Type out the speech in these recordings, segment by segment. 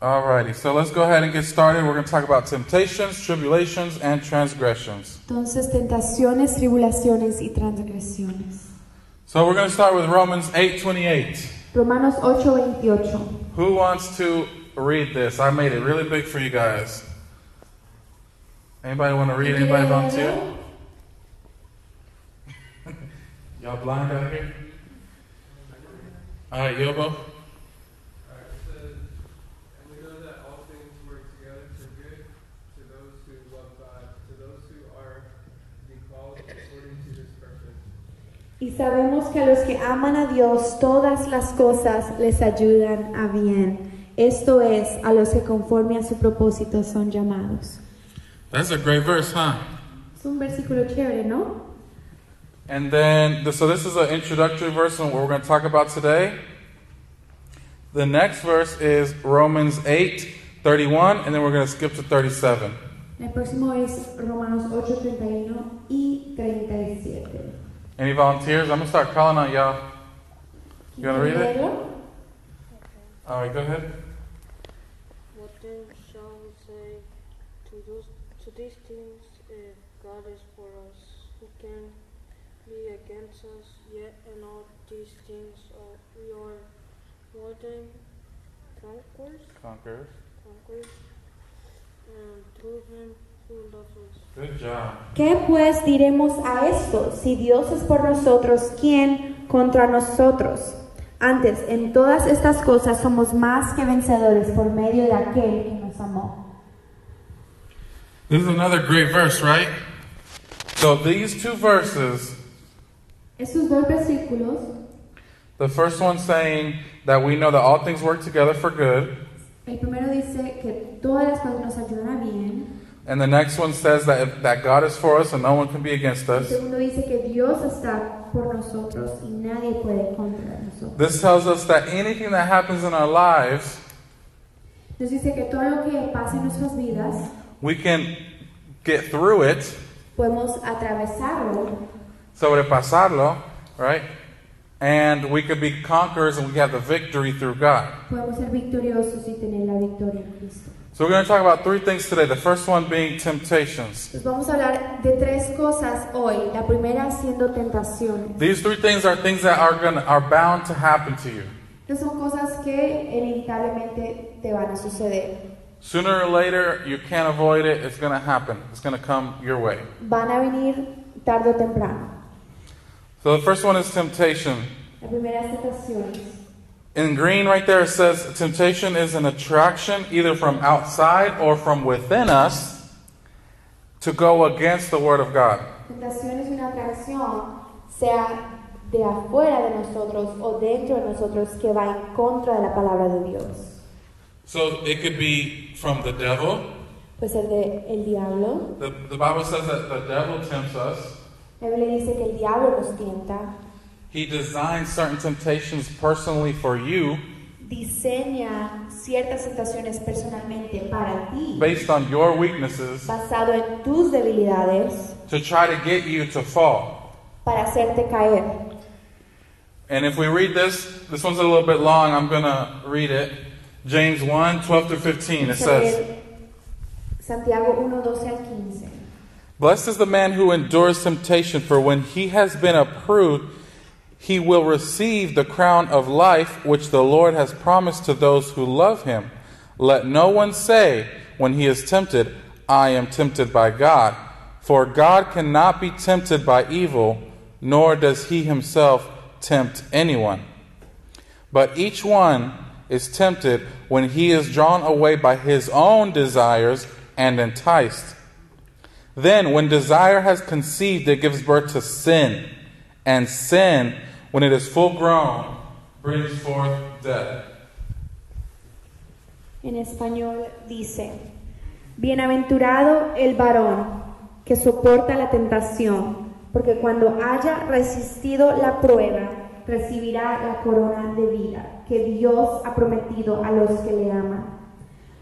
Alrighty, so let's go ahead and get started. We're going to talk about temptations, tribulations, and transgressions. Entonces, tentaciones, tribulaciones y transgresiones. So we're going to start with Romans 8:28. Romanos 8:28. Who wants to read this? I made it really big for you guys. Anybody want to read? Anybody volunteer? Y'all blind out here? All right, Yobo. Alright, it says, and we know that all things work together for good to those who love God, to those who are the called according to his purpose. Y sabemos que a los que aman a Dios todas las cosas les ayudan a bien. Esto es, a los que conforme a su propósito son llamados. That's a great verse, huh? Es un versículo chévere, ¿no? And then, th- so this is an introductory verse on what we're going to talk about today. The next verse is Romans 8 31, and then we're going to skip to 37. El próximo es Romanos 8, 31 y 37. Any volunteers? I'm going to start calling on y'all. You want to read it? All right, go ahead. What then shall we say to those to these things? If God is for us, who can be against us? Yet in all these things are, we are more than conquerors, Conquerors. conquerors, and through Him who loves us. Good job. ¿Qué pues diremos a esto? Si Dios es por nosotros, ¿quién contra nosotros? Antes, en todas estas cosas somos más que vencedores por medio de aquel que nos amó. This is another great verse, right? So these two verses, Estos dos versículos, the first one saying that we know that all things work together for good, el primero dice que todas las cosas nos ayudan a bien, and the next one says that if, that God is for us and no one can be against el us. segundo dice que Dios está por nosotros y nadie puede contra nosotros. This tells us that anything that happens in our lives, Nos dice que todo lo que pasa en nuestras vidas, we can get through it. podemos atravesarlo Sobrepasarlo, right? And we could be conquerors and we have the victory through God. Podemos ser victoriosos y tener la victoria en Cristo. So we're going to talk about three things today. The first one being temptations. Pues vamos a hablar de tres cosas hoy. La primera siendo tentaciones. These three things are things that are going to, are bound to happen to you. Estas son cosas que inevitablemente te van a suceder. Sooner or later, you can't avoid it. It's going to happen. It's going to come your way. Van a venir tarde o temprano. So the first one is temptation. La primera es tentaciones. In green right there it says temptation is an attraction either from outside or from within us to go against the word of God. Tentación es una atracción, sea de afuera de nosotros o dentro de nosotros, que va en contra de la palabra de Dios. So it could be from the devil. Puede ser del diablo. The, the Bible says that the devil tempts us. La Biblia dice que el diablo nos tienta. He designs certain temptations personally for you diseña ciertas tentaciones personalmente para ti, based on your weaknesses basado en tus debilidades, to try to get you to fall. para hacerte caer. And if we read this, this one's a little bit long. I'm going to read it. James 1 12 through 15. It says, Santiago 1, 12 al 15. Blessed is the man who endures temptation, for when he has been approved, he will receive the crown of life which the Lord has promised to those who love him. Let no one say, when he is tempted, I am tempted by God. For God cannot be tempted by evil, nor does he himself tempt anyone. But each one is tempted when he is drawn away by his own desires and enticed. Then, when desire has conceived, it gives birth to sin. And sin, when it is full grown, brings forth death. En español dice, Bienaventurado el varón que soporta la tentación, porque cuando haya resistido la prueba, recibirá la corona de vida que Dios ha prometido a los que le aman.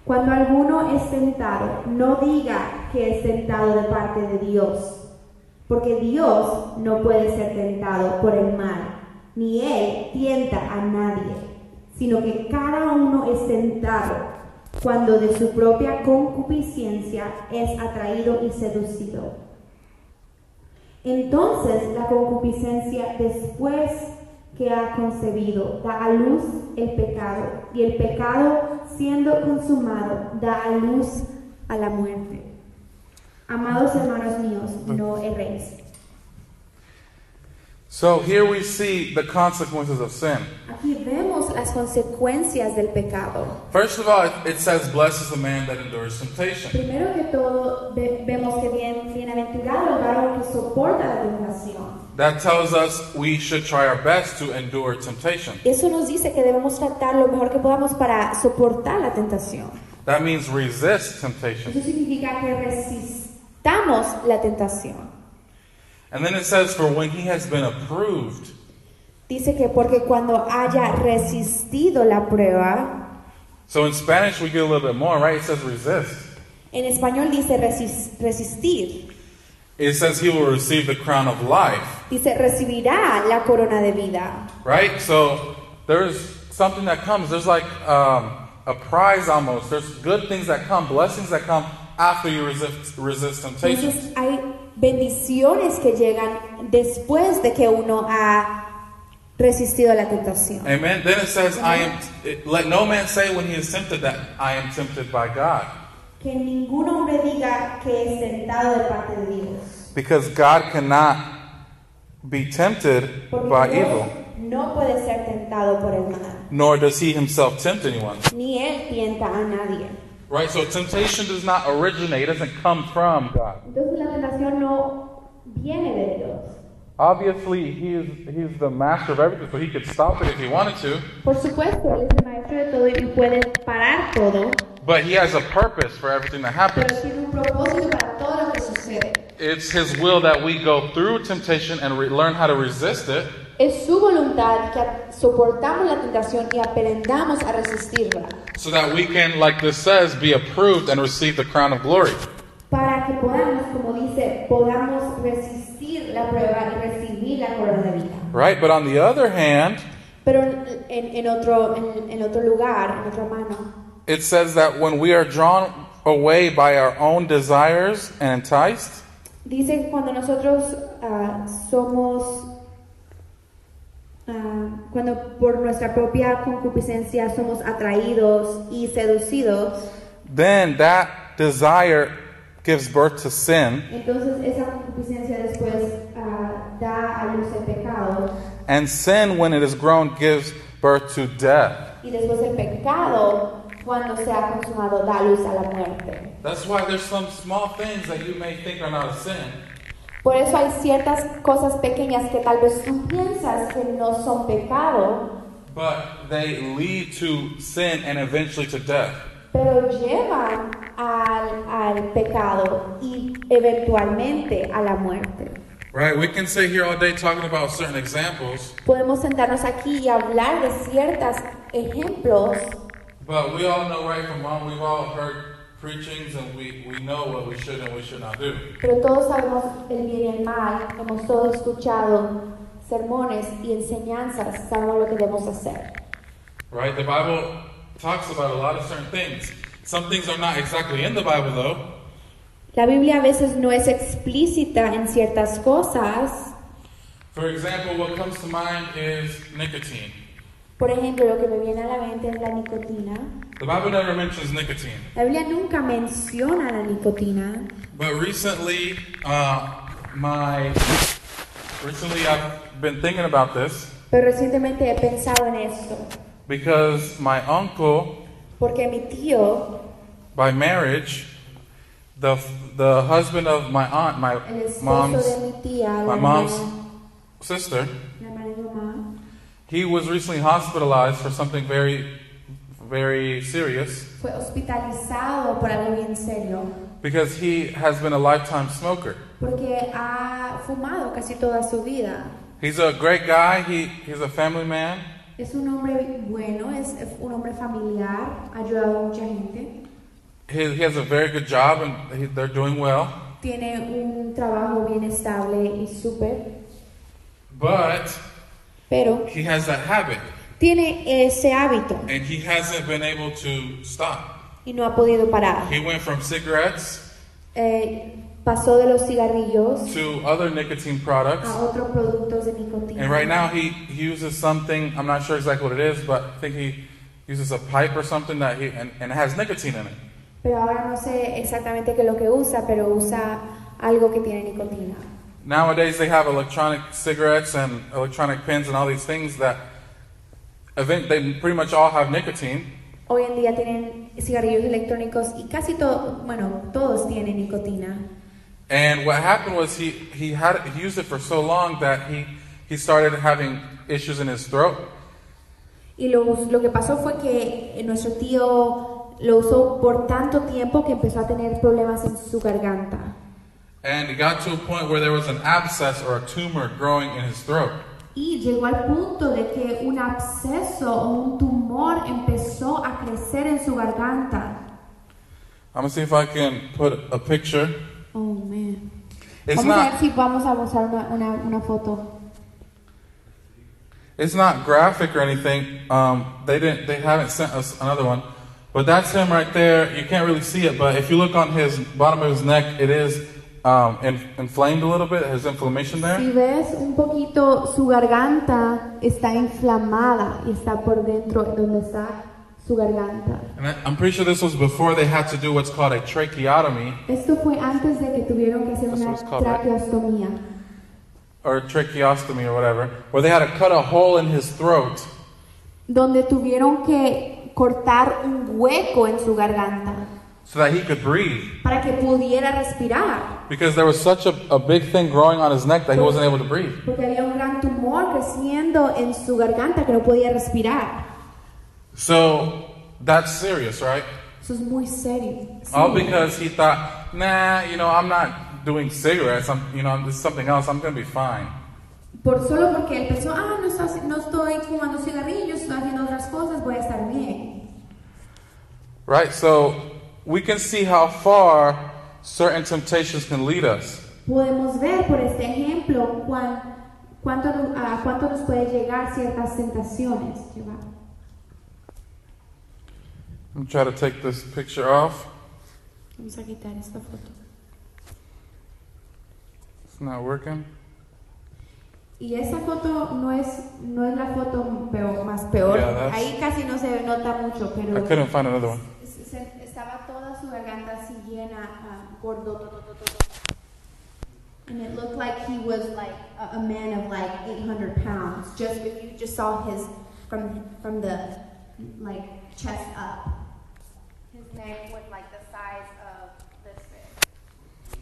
Cuando alguno es tentado, no diga que es tentado de parte de Dios, porque Dios no puede ser tentado por el mal, ni Él tienta a nadie, sino que cada uno es tentado cuando de su propia concupiscencia es atraído y seducido. Entonces la concupiscencia después que ha concebido da a luz el pecado y el pecado siendo consumado da a luz a la muerte. Amados hermanos míos, no erréis. So here we see the consequences of sin. Aquí vemos las consecuencias del pecado. First of all, it- it says, Blessed is the man that endures temptation. Primero que todo, ve- vemos que bien, bienaventurado el varón que soporta la tentación. That tells us we should try our best to endure temptation. Eso nos dice que debemos tratar lo mejor que podamos para soportar la tentación. That means resist temptation. Eso significa que resistamos la tentación. And then it says, For when he has been approved, Dice que porque cuando haya resistido la prueba, So in Spanish, we get a little bit more, right? It says resist. en español dice resis- resistir, It says he will receive the crown of life, dice recibirá la corona de vida. right? So there's something that comes. There's like um, a prize almost. There's good things that come, blessings that come after you resist, resist temptation. Entonces hay bendiciones que llegan después de que uno ha resistido la tentación. Amen. Then it says, "I am." It, let no man say when he is tempted that I am tempted by God, Que ningún hombre diga que es tentado de parte de Dios. because God cannot be tempted Porque by Dios evil, no puede ser tentado por el mal. nor does He Himself tempt anyone. Ni él tienta a nadie. Right. So temptation does not originate; it doesn't come from God. Entonces la tentación no viene de Dios. Obviously, he is, he's the master of everything, so he could stop it if he wanted to. Por supuesto, él es el maestro de todo y puede parar todo, But he has a purpose for everything that happens. pero tiene un propósito para todo lo que sucede. It's his will that we go through temptation and re- learn how to resist it, Es su voluntad que soportamos la tentación y aprendamos a resistirla. so that we can, like this says, be approved and receive the crown of glory. Para que podamos, como dice, podamos resistir la prueba y recibir la corona de vida. Right? But on the other hand, Pero en, en- en otro, en, en otro lugar, en otra mano, it says that when we are drawn away by our own desires and enticed, dice que cuando nosotros ah, somos, ah, cuando por nuestra propia concupiscencia somos atraídos y seducidos, then that desire gives birth to sin, entonces esa concupiscencia después ah, da a luz el pecado. and sin, when it is grown, gives birth to death. Y después el pecado, cuando se ha consumado, da luz a la muerte. That's why there's some small things that you may think are not a sin, Por eso hay ciertas cosas pequeñas que tal vez tú piensas que no son pecado, but they lead to sin and eventually to death. pero llevan al, al pecado y eventualmente a la muerte. Right? We can sit here all day talking about certain examples, Podemos sentarnos aquí y hablar de ciertos ejemplos, but we all know right from wrong. We've all heard preachings and we, we know what we should and we should not do. pero todos sabemos el bien y el mal, hemos todos escuchado sermones y enseñanzas, sabemos lo que debemos hacer. Right? The Bible talks about a lot of certain things. Some things are not exactly in the Bible, though. La Biblia a veces no es explícita en ciertas cosas. For example, what comes to mind is nicotine. Por ejemplo, lo que me viene a la mente es la nicotina. The Bible never mentions nicotine. La Biblia nunca menciona la nicotina, But recently, uh, my recently I've been thinking about this pero recientemente he pensado en esto, because my uncle, porque mi tío, by marriage, the the husband of my aunt, my el esposo mom's de mi tía, my la hermana, mom's sister, la hermana de mi mamá, he was recently hospitalized for something very, very serious fue hospitalizado por algo bien serio, because he has been a lifetime smoker. porque ha fumado casi toda su vida. He's a great guy. He he's a family man, Es un hombre bueno, es un hombre familiar, ha ayudado a mucha gente. he, he has a very good job and he, they're doing well. tiene un trabajo bien estable y súper, But pero he has that habit tiene ese hábito and he hasn't been able to stop. y no ha podido parar. He went from cigarettes Eh, pasó de los cigarrillos to other nicotine products. a otros productos de And nicotina. right now he he uses something, I'm not sure exactly what it is, but I think he uses a pipe or something that he and, and it has nicotine in it. Pero ahora no sé exactamente qué es lo que usa, pero usa algo que tiene nicotina. Nowadays they have electronic cigarettes and electronic pens and all these things that event they pretty much all have nicotine. Hoy en día tienen cigarrillos electrónicos y casi todo, bueno, todos tienen nicotina. And what happened was he, he had he used it for so long that he he started having issues in his throat. Y lo, us- lo que pasó fue que eh, nuestro tío lo usó por tanto tiempo que empezó a tener problemas en su garganta. And it got to a point where there was an abscess or a tumor growing in his throat. Y llegó al punto de que un absceso o un tumor empezó a crecer en su garganta. I'm gonna see if I can put a picture. Oh, man. It's vamos a not ver si vamos a mostrar una, una, una foto. It's not graphic or anything. Um, they didn't. They haven't sent us another one. But that's him right there. You can't really see it, but if you look on his bottom of his neck, it is um, in, inflamed a little bit. There's inflammation there. Si ves un poquito, su garganta está inflamada y está por dentro donde está su garganta. And I- I'm pretty sure this was before they had to do what's called a tracheotomy Esto fue antes de que tuvieron que hacer That's una what it's called, right? traqueostomía. or tracheostomy or whatever, where they had to cut a hole in his throat donde tuvieron que cortar un hueco en su garganta so that he could breathe Para que pudiera respirar, because there was such a, a big thing growing on his neck that he wasn't able to breathe. porque había un gran tumor creciendo en su garganta que no podía respirar. So that's serious, right? Eso es muy serio. All Oh, because he thought, nah, you know, I'm not doing cigarettes. I'm, you know, it's something else. I'm gonna be fine. Por solo porque él pensó, ah, no, estás- no estoy fumando cigarrillos, estoy haciendo otras cosas, voy a estar bien. Right. So we can see how far certain temptations can lead us. Podemos ver por este ejemplo cuán- cuánto, nos- a cuánto nos puede llegar ciertas tentaciones. llevar. I'm trying to take this picture off. Vamos a quitar esta foto. It's not working. Y esa foto no es, no es la foto peor- más peor. Yeah, that's- Ahí casi no se nota mucho, I pero couldn't find another one. se- se- estaba toda su garganta así llena, ah, gordo. to, to, to, to, to. And it looked like he was like a, a man of like 800 pounds. Just if you just saw his from from the like chest up. His neck was like the size of this big.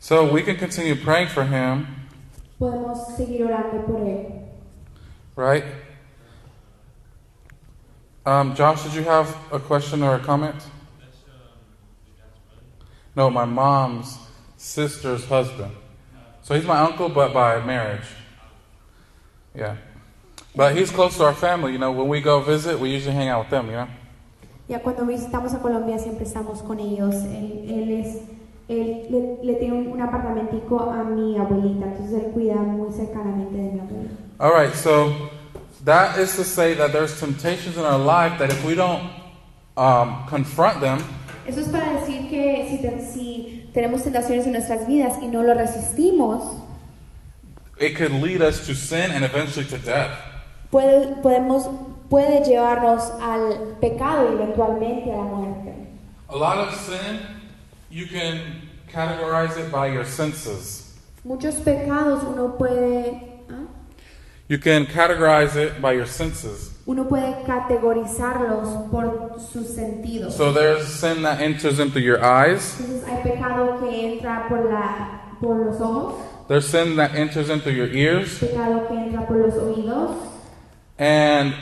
So we can continue praying for him, Podemos seguir orando por él. right? Um, Josh, did you have a question or a comment? No, my mom's sister's husband. So he's my uncle, but by marriage. Yeah. But he's close to our family. You know, when we go visit, we usually hang out with them, you know? Ya cuando visitamos a Colombia siempre estamos con ellos. Él, él es, él le, le tiene un, un apartamentico a mi abuelita, entonces él cuida muy cercanamente de mi abuela. All right, so that is to say that there's temptations in our life that if we don't um, confront them, Eso es para decir que si, te- si tenemos tentaciones en nuestras vidas y no lo resistimos, it could lead us to sin and eventually to death. puede, podemos, puede llevarnos al pecado y eventualmente a la muerte. A lot of sin, you can categorize it by your senses. Muchos pecados uno puede, ¿ah? You can categorize it by your senses. uno puede categorizarlos por sus sentidos. So there's sin that enters in through your eyes. Entonces hay pecado que entra por, la, por los ojos, There's sin that enters in through your ears pecado que entra por los oídos and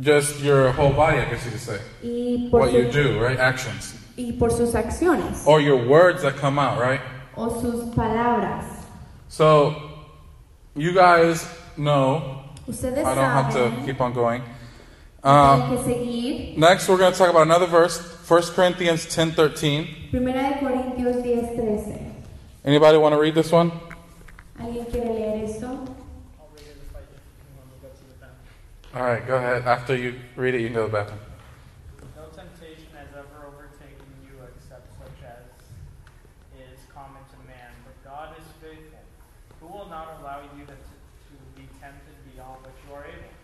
just your whole body, I guess you could say. y por, What you sus, do, right? Actions. y por sus acciones Or your words that come out, right? o sus palabras. So you guys know, Ustedes I don't have to saben keep on going. tienen Um, que seguir next, we're going to talk about another verse, 1 Corinthians 10.13. Primera de Corintios 10:13. Anybody want to read this one? ¿Alguien quiere leer esto? I'll read it if I can. I'll go to the bathroom. All right, go ahead. After you read it, you can go to the bathroom. not allow you to, to be tempted beyond what you are able.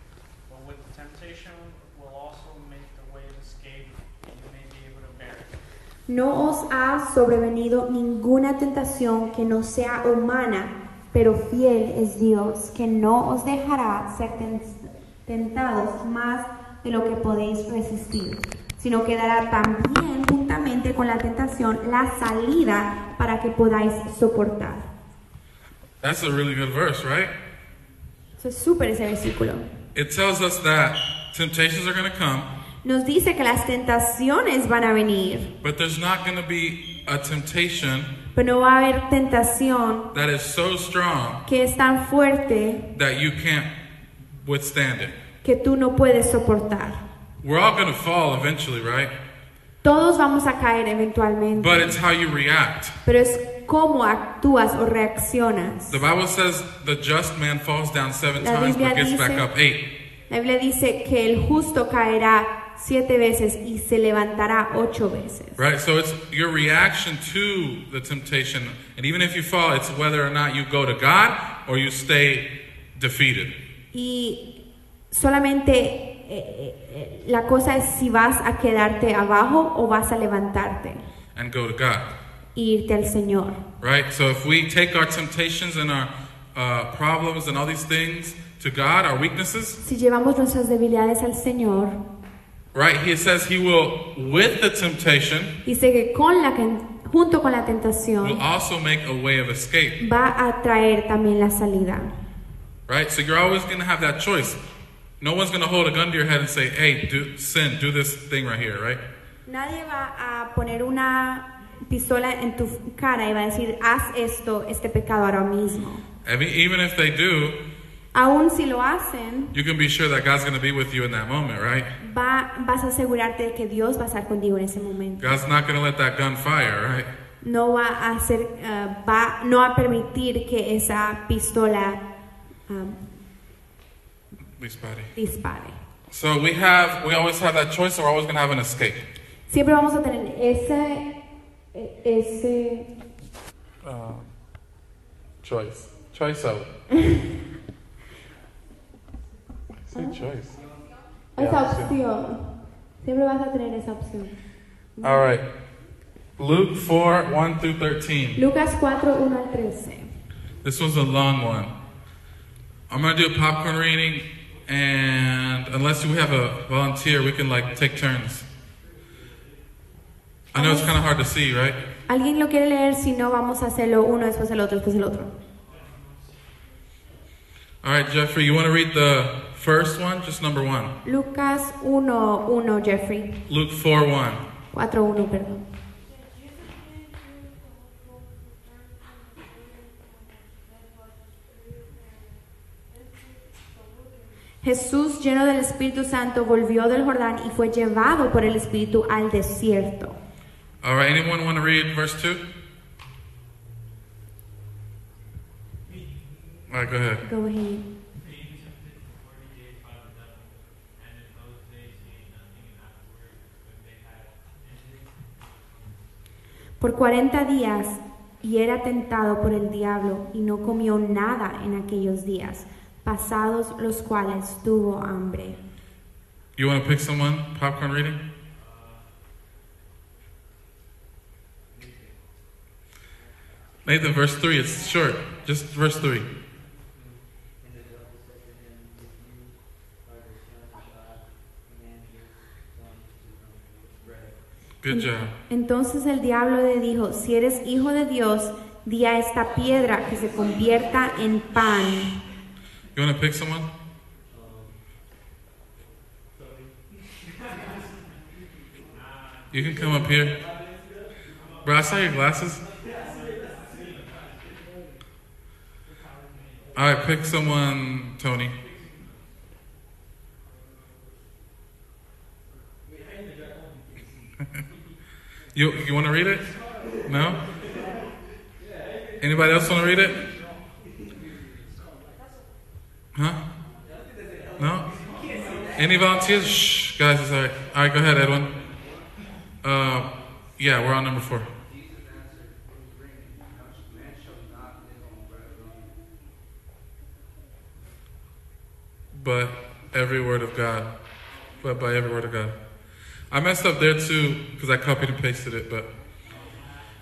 But with the temptation will also make the way of escape that you may be able to bear it. No os ha sobrevenido ninguna tentación que no sea humana, pero fiel es Dios, que no os dejará ser ten- tentados más de lo que podéis resistir, sino que dará también juntamente con la tentación la salida para que podáis soportar. That's a really good verse, right? Eso es súper ese versículo. It tells us that temptations are going to come, Nos dice que las tentaciones van a venir, but there's not going to be a temptation pero no va a haber tentación that is so strong que es tan fuerte that you can't withstand it. que tú no puedes soportar. We're all going to fall eventually, right? Todos vamos a caer eventualmente, But it's how you react. pero es cómo actúas o reaccionas. The Bible says the just man falls down seven La times but Biblia gets back dice- up eight. La Biblia dice que el justo caerá siete veces y se levantará ocho veces. Right? So it's your reaction to the temptation. And even if you fall, it's whether or not you go to God or you stay defeated. Y solamente eh, eh, eh, la cosa es si vas a quedarte abajo o vas a levantarte and go to God, e irte al Señor. right? So if we take our temptations and our uh, problems and all these things to God, our weaknesses, Si llevamos nuestras debilidades al Señor, right? He says He will, with the temptation, dice que con la que- junto con la tentación will also make a way of escape, va a traer también la salida. right? So you're always going to have that choice. No one's going to hold a gun to your head and say, "Hey, do sin, do this thing right here," right? Nadie va a poner una pistola en tu cara y va a decir, haz esto, este pecado ahora mismo. I mean, even if they do, Aún si lo hacen, you can be sure that God's going to be with you in that moment, right? va, vas a asegurarte de que Dios va a estar contigo en ese momento. God's not going to let that gun fire, right? No va a, hacer, eh, va, no va a permitir que esa pistola um, Be spotty. dispare. So we have, we always have that choice, so we're always going to have an escape. Siempre vamos a tener ese, e- ese uh, choice. Choice out. Say choice. Esa Yeah, sí. opción. Siempre vas a tener esa opción. All right. Luke 4 1 through 13. Lucas 4, 1 al 13. This was a long one. I'm going to do a popcorn reading, and unless we have a volunteer, we can like take turns. I know it's kind of hard to see, right? ¿Alguien lo quiere leer? Si no, vamos a hacerlo uno, después el otro, después el otro. All right, Jeffrey, you want to read the first one? Just number one. Lucas 1.1, Jeffrey. Luke 4 1. 4.1, perdón. Jesús, lleno del Espíritu Santo, volvió del Jordán y fue llevado por el Espíritu al desierto. All right, anyone want to read verse 2? All right, go ahead. Go ahead. being tempted for forty days by the devil, and in those days he ate nothing, and afterward, when they had ended, Por cuarenta días y era tentado por el diablo y no comió nada en aquellos días, pasados los cuales tuvo hambre. You want to pick someone? Popcorn reading? Nathan, verse 3, it's short. Just verse 3. and the devil said to him, If you are the son of God, command your son to come to bread. Good job. Entonces el diablo le dijo, si eres hijo de Dios, di a esta piedra que se convierta en pan. You want to pick someone? You can come up here. Bro, I saw your glasses. All right, pick someone, Tony. you you want to read it? No? Anybody else want to read it? Huh? No? Any volunteers? Shh, guys, it's alright. Alright, go ahead, Edwin. Uh, yeah, we're on number four. Jesus answered, "Who is ringing? Man shall not live on bread alone, but every word of God. But by every word of God. I messed up there too because I copied and pasted it, but.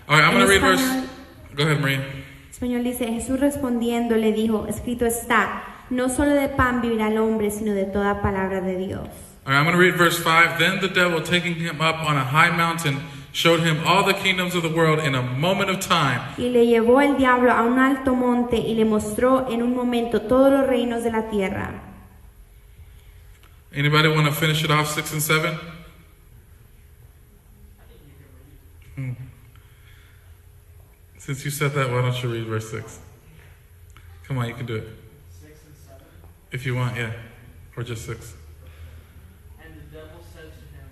All right, I'm going En to read español. verse. Go ahead, Marine. El Señor dice, Jesús respondiendo le dijo, escrito está, no solo de pan vivirá el hombre, sino de toda palabra de Dios. All right, I'm going to read verse 5. Then the devil, taking him up on a high mountain, showed him all the kingdoms of the world in a moment of time. Y le llevó el diablo a un alto monte y le mostró en un momento todos los reinos de la tierra. Anybody want to finish it off, 6 and 7? Hmm. Since you said that, why don't you read verse 6? Come on, you can do it. Six and seven. If you want, yeah. Or just 6. And the devil said to him,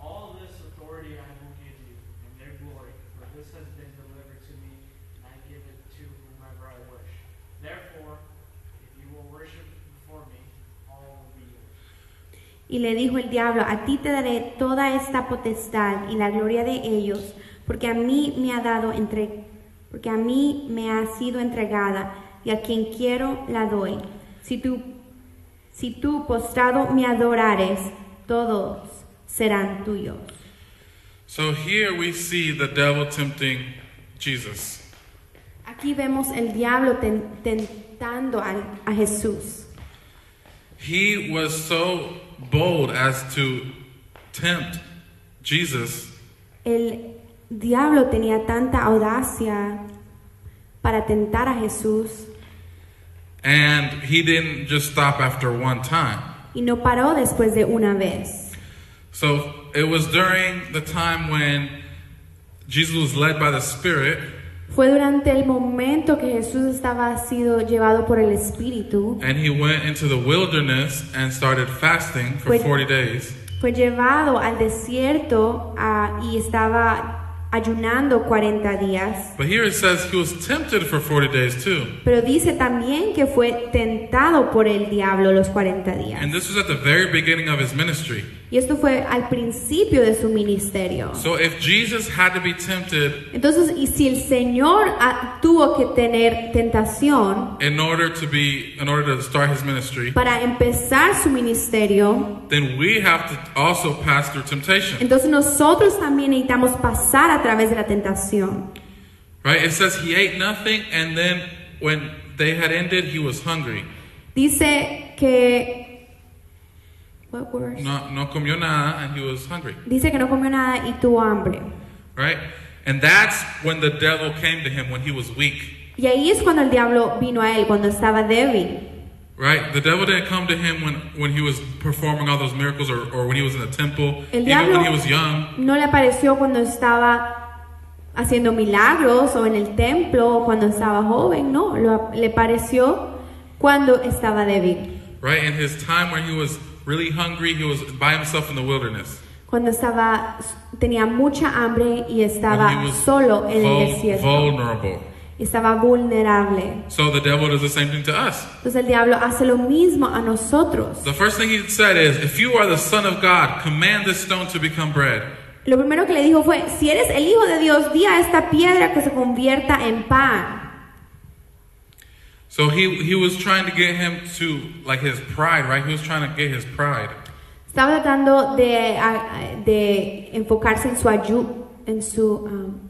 All this authority I will give you, and their glory, for this has been delivered to me, and I give it to whomever I wish. Therefore, if you will worship before me, all will be yours. Y le dijo el diablo, a ti te daré toda esta potestad y la gloria de ellos, porque a mí me ha dado entre, porque a mí me ha sido entregada, y a quien quiero la doy. Si tú, si tú postrado me adorares, todos serán tuyos. So here we see the devil tempting Jesus. Aquí vemos el diablo ten- tentando al- a Jesús. He was so bold as to tempt Jesus El diablo tenía tanta audacia para tentar a Jesús And he didn't just stop after one time. y no paró después de una vez. So it was during the time when Jesus was led by the Spirit Fue durante el momento que Jesús estaba sido llevado por el Espíritu, and he went into the wilderness and started fasting for Wait. 40 days. fue llevado al desierto ah, y estaba ayunando 40 días. But here it says he was tempted for 40 days too. Pero dice también que fue tentado por el diablo los 40 días. And this was at the very beginning of his ministry. Y esto fue al principio de su ministerio. So if Jesus had to be tempted Entonces, y si el Señor ah, tuvo que tener tentación in order to be in order to start his ministry, para empezar su ministerio, then we have to also pass through temptation. entonces nosotros también necesitamos pasar a través de la tentación. Right? It says he ate nothing, and then when they had ended, he was hungry. Dice que what words? No, no comió nada, and he was hungry. dice que no comió nada y tuvo hambre. Right? And that's when the devil came to him when he was weak. Y ahí es cuando el diablo vino a él cuando estaba débil. Right? The devil didn't come to him when, when he was performing all those miracles or, or when he was in the temple, El even when he diablo was young. no le apareció cuando estaba haciendo milagros o en el templo o cuando estaba joven, no, Lo- le pareció cuando estaba débil, Right? In his time when he was really hungry, he was by himself in the wilderness. cuando estaba tenía mucha hambre y When estaba he was solo en vul- el desierto, vulnerable. estaba vulnerable. So the devil does the same thing to us. Entonces el diablo hace lo mismo a nosotros. The first thing he said is, If you are the Son of God, command this stone to become bread. Lo primero que le dijo fue, si eres el Hijo de Dios, di a esta piedra que se convierta en pan. So he, he was trying to get him to, like, his pride, right? He was trying to get his pride. Estaba tratando de, a- de enfocarse en su ayu- en su um,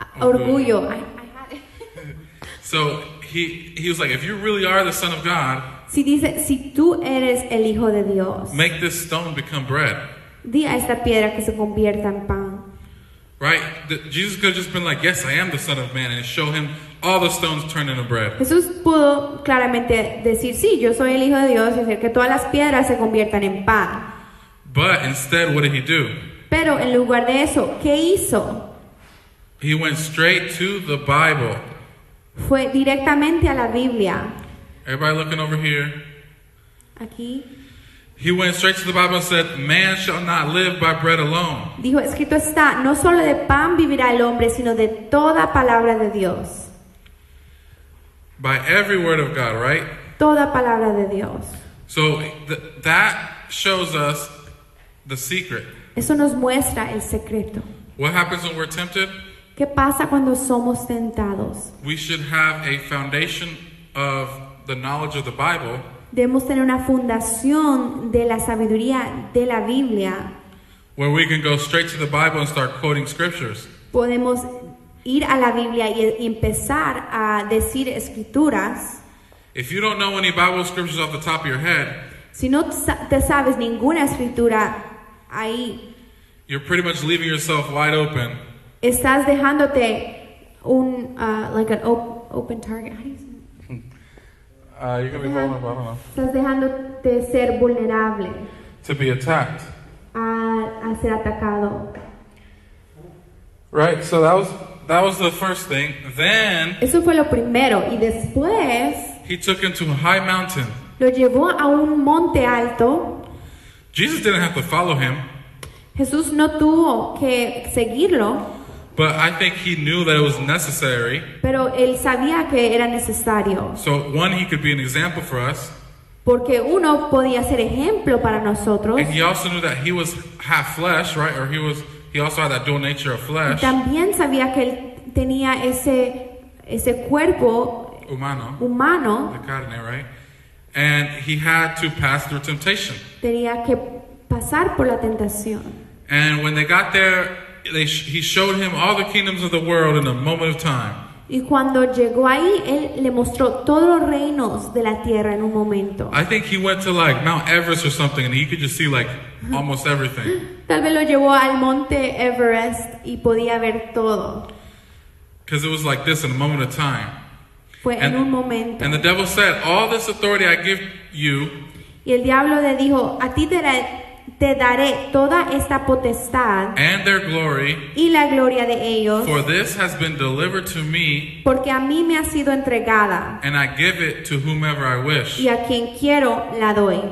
a- Orgullo. orgullo. Ay, ay, ay. So he, he was like, If you really are the Son of God, Si dice, si tú eres el Hijo de Dios, make this stone become bread, di a esta piedra que se convierta en pan. right? The, Jesus could have just been like, Yes, I am the Son of Man, and show him all the stones turned into bread. Jesús pudo claramente decir, sí, yo soy el Hijo de Dios y hacer que todas las piedras se conviertan en pan. But instead, what did he do? Pero en lugar de eso, ¿qué hizo? He went straight to the Bible. Fue directamente a la Biblia. Everybody looking over here. Aquí He went straight to the Bible and said, Man shall not live by bread alone. dijo, escrito está, no solo de pan vivirá el hombre, sino de toda palabra de Dios. By every word of God, right? Toda palabra de Dios. So th- that shows us the secret. Eso nos muestra el secreto. What happens when we're tempted? ¿Qué pasa cuando somos tentados? We should have a foundation of the knowledge of the Bible Debemos tener una fundación de la sabiduría de la Biblia. where we can go straight to the Bible and start quoting scriptures. Podemos ir a la Biblia y y empezar a decir escrituras. If you don't know any Bible scriptures off the top of your head, Si no sa- te sabes ninguna escritura ahí, you're pretty much leaving yourself wide open estás dejándote un ah, uh, like an op- open target. How do you say it? Uh, you're gonna be Mm-hmm. vulnerable. I don't know. Estás dejándote ser vulnerable To be attacked, a, a ser atacado. right? So that was that was the first thing. Then Eso fue lo primero. Y después he took him to a high mountain. lo llevó a un monte alto. Jesus didn't have to follow him, Jesús no tuvo que seguirlo, but I think he knew that it was necessary. pero él sabía que era necesario. So one, he could be an example for us, Porque uno podía ser ejemplo para Oh. nosotros. and he also knew that he was half flesh, right? Or he was he also had that dual nature of Y flesh, También sabía que él tenía ese, ese cuerpo humano. humano, the carne, right? And he had to pass through temptation. tenía que pasar por la tentación. And when they got there, they sh- he showed him all the kingdoms of the world in a moment of time. Y cuando llegó ahí, él le mostró todos los reinos de la tierra en un momento. I think he went to like Mount Everest or something, and he could just see like almost everything Tal vez lo llevó al monte Everest y podía ver todo. because it was like this in a moment of time. Fue en And- un momento. And the devil said, "All this authority I give you, Y el diablo le dijo, a ti te, daré- te daré toda esta potestad and their glory, y la gloria de ellos, for this has been delivered to me, porque a mí me ha sido entregada and I give it to whomever I wish. y a quien quiero la doy.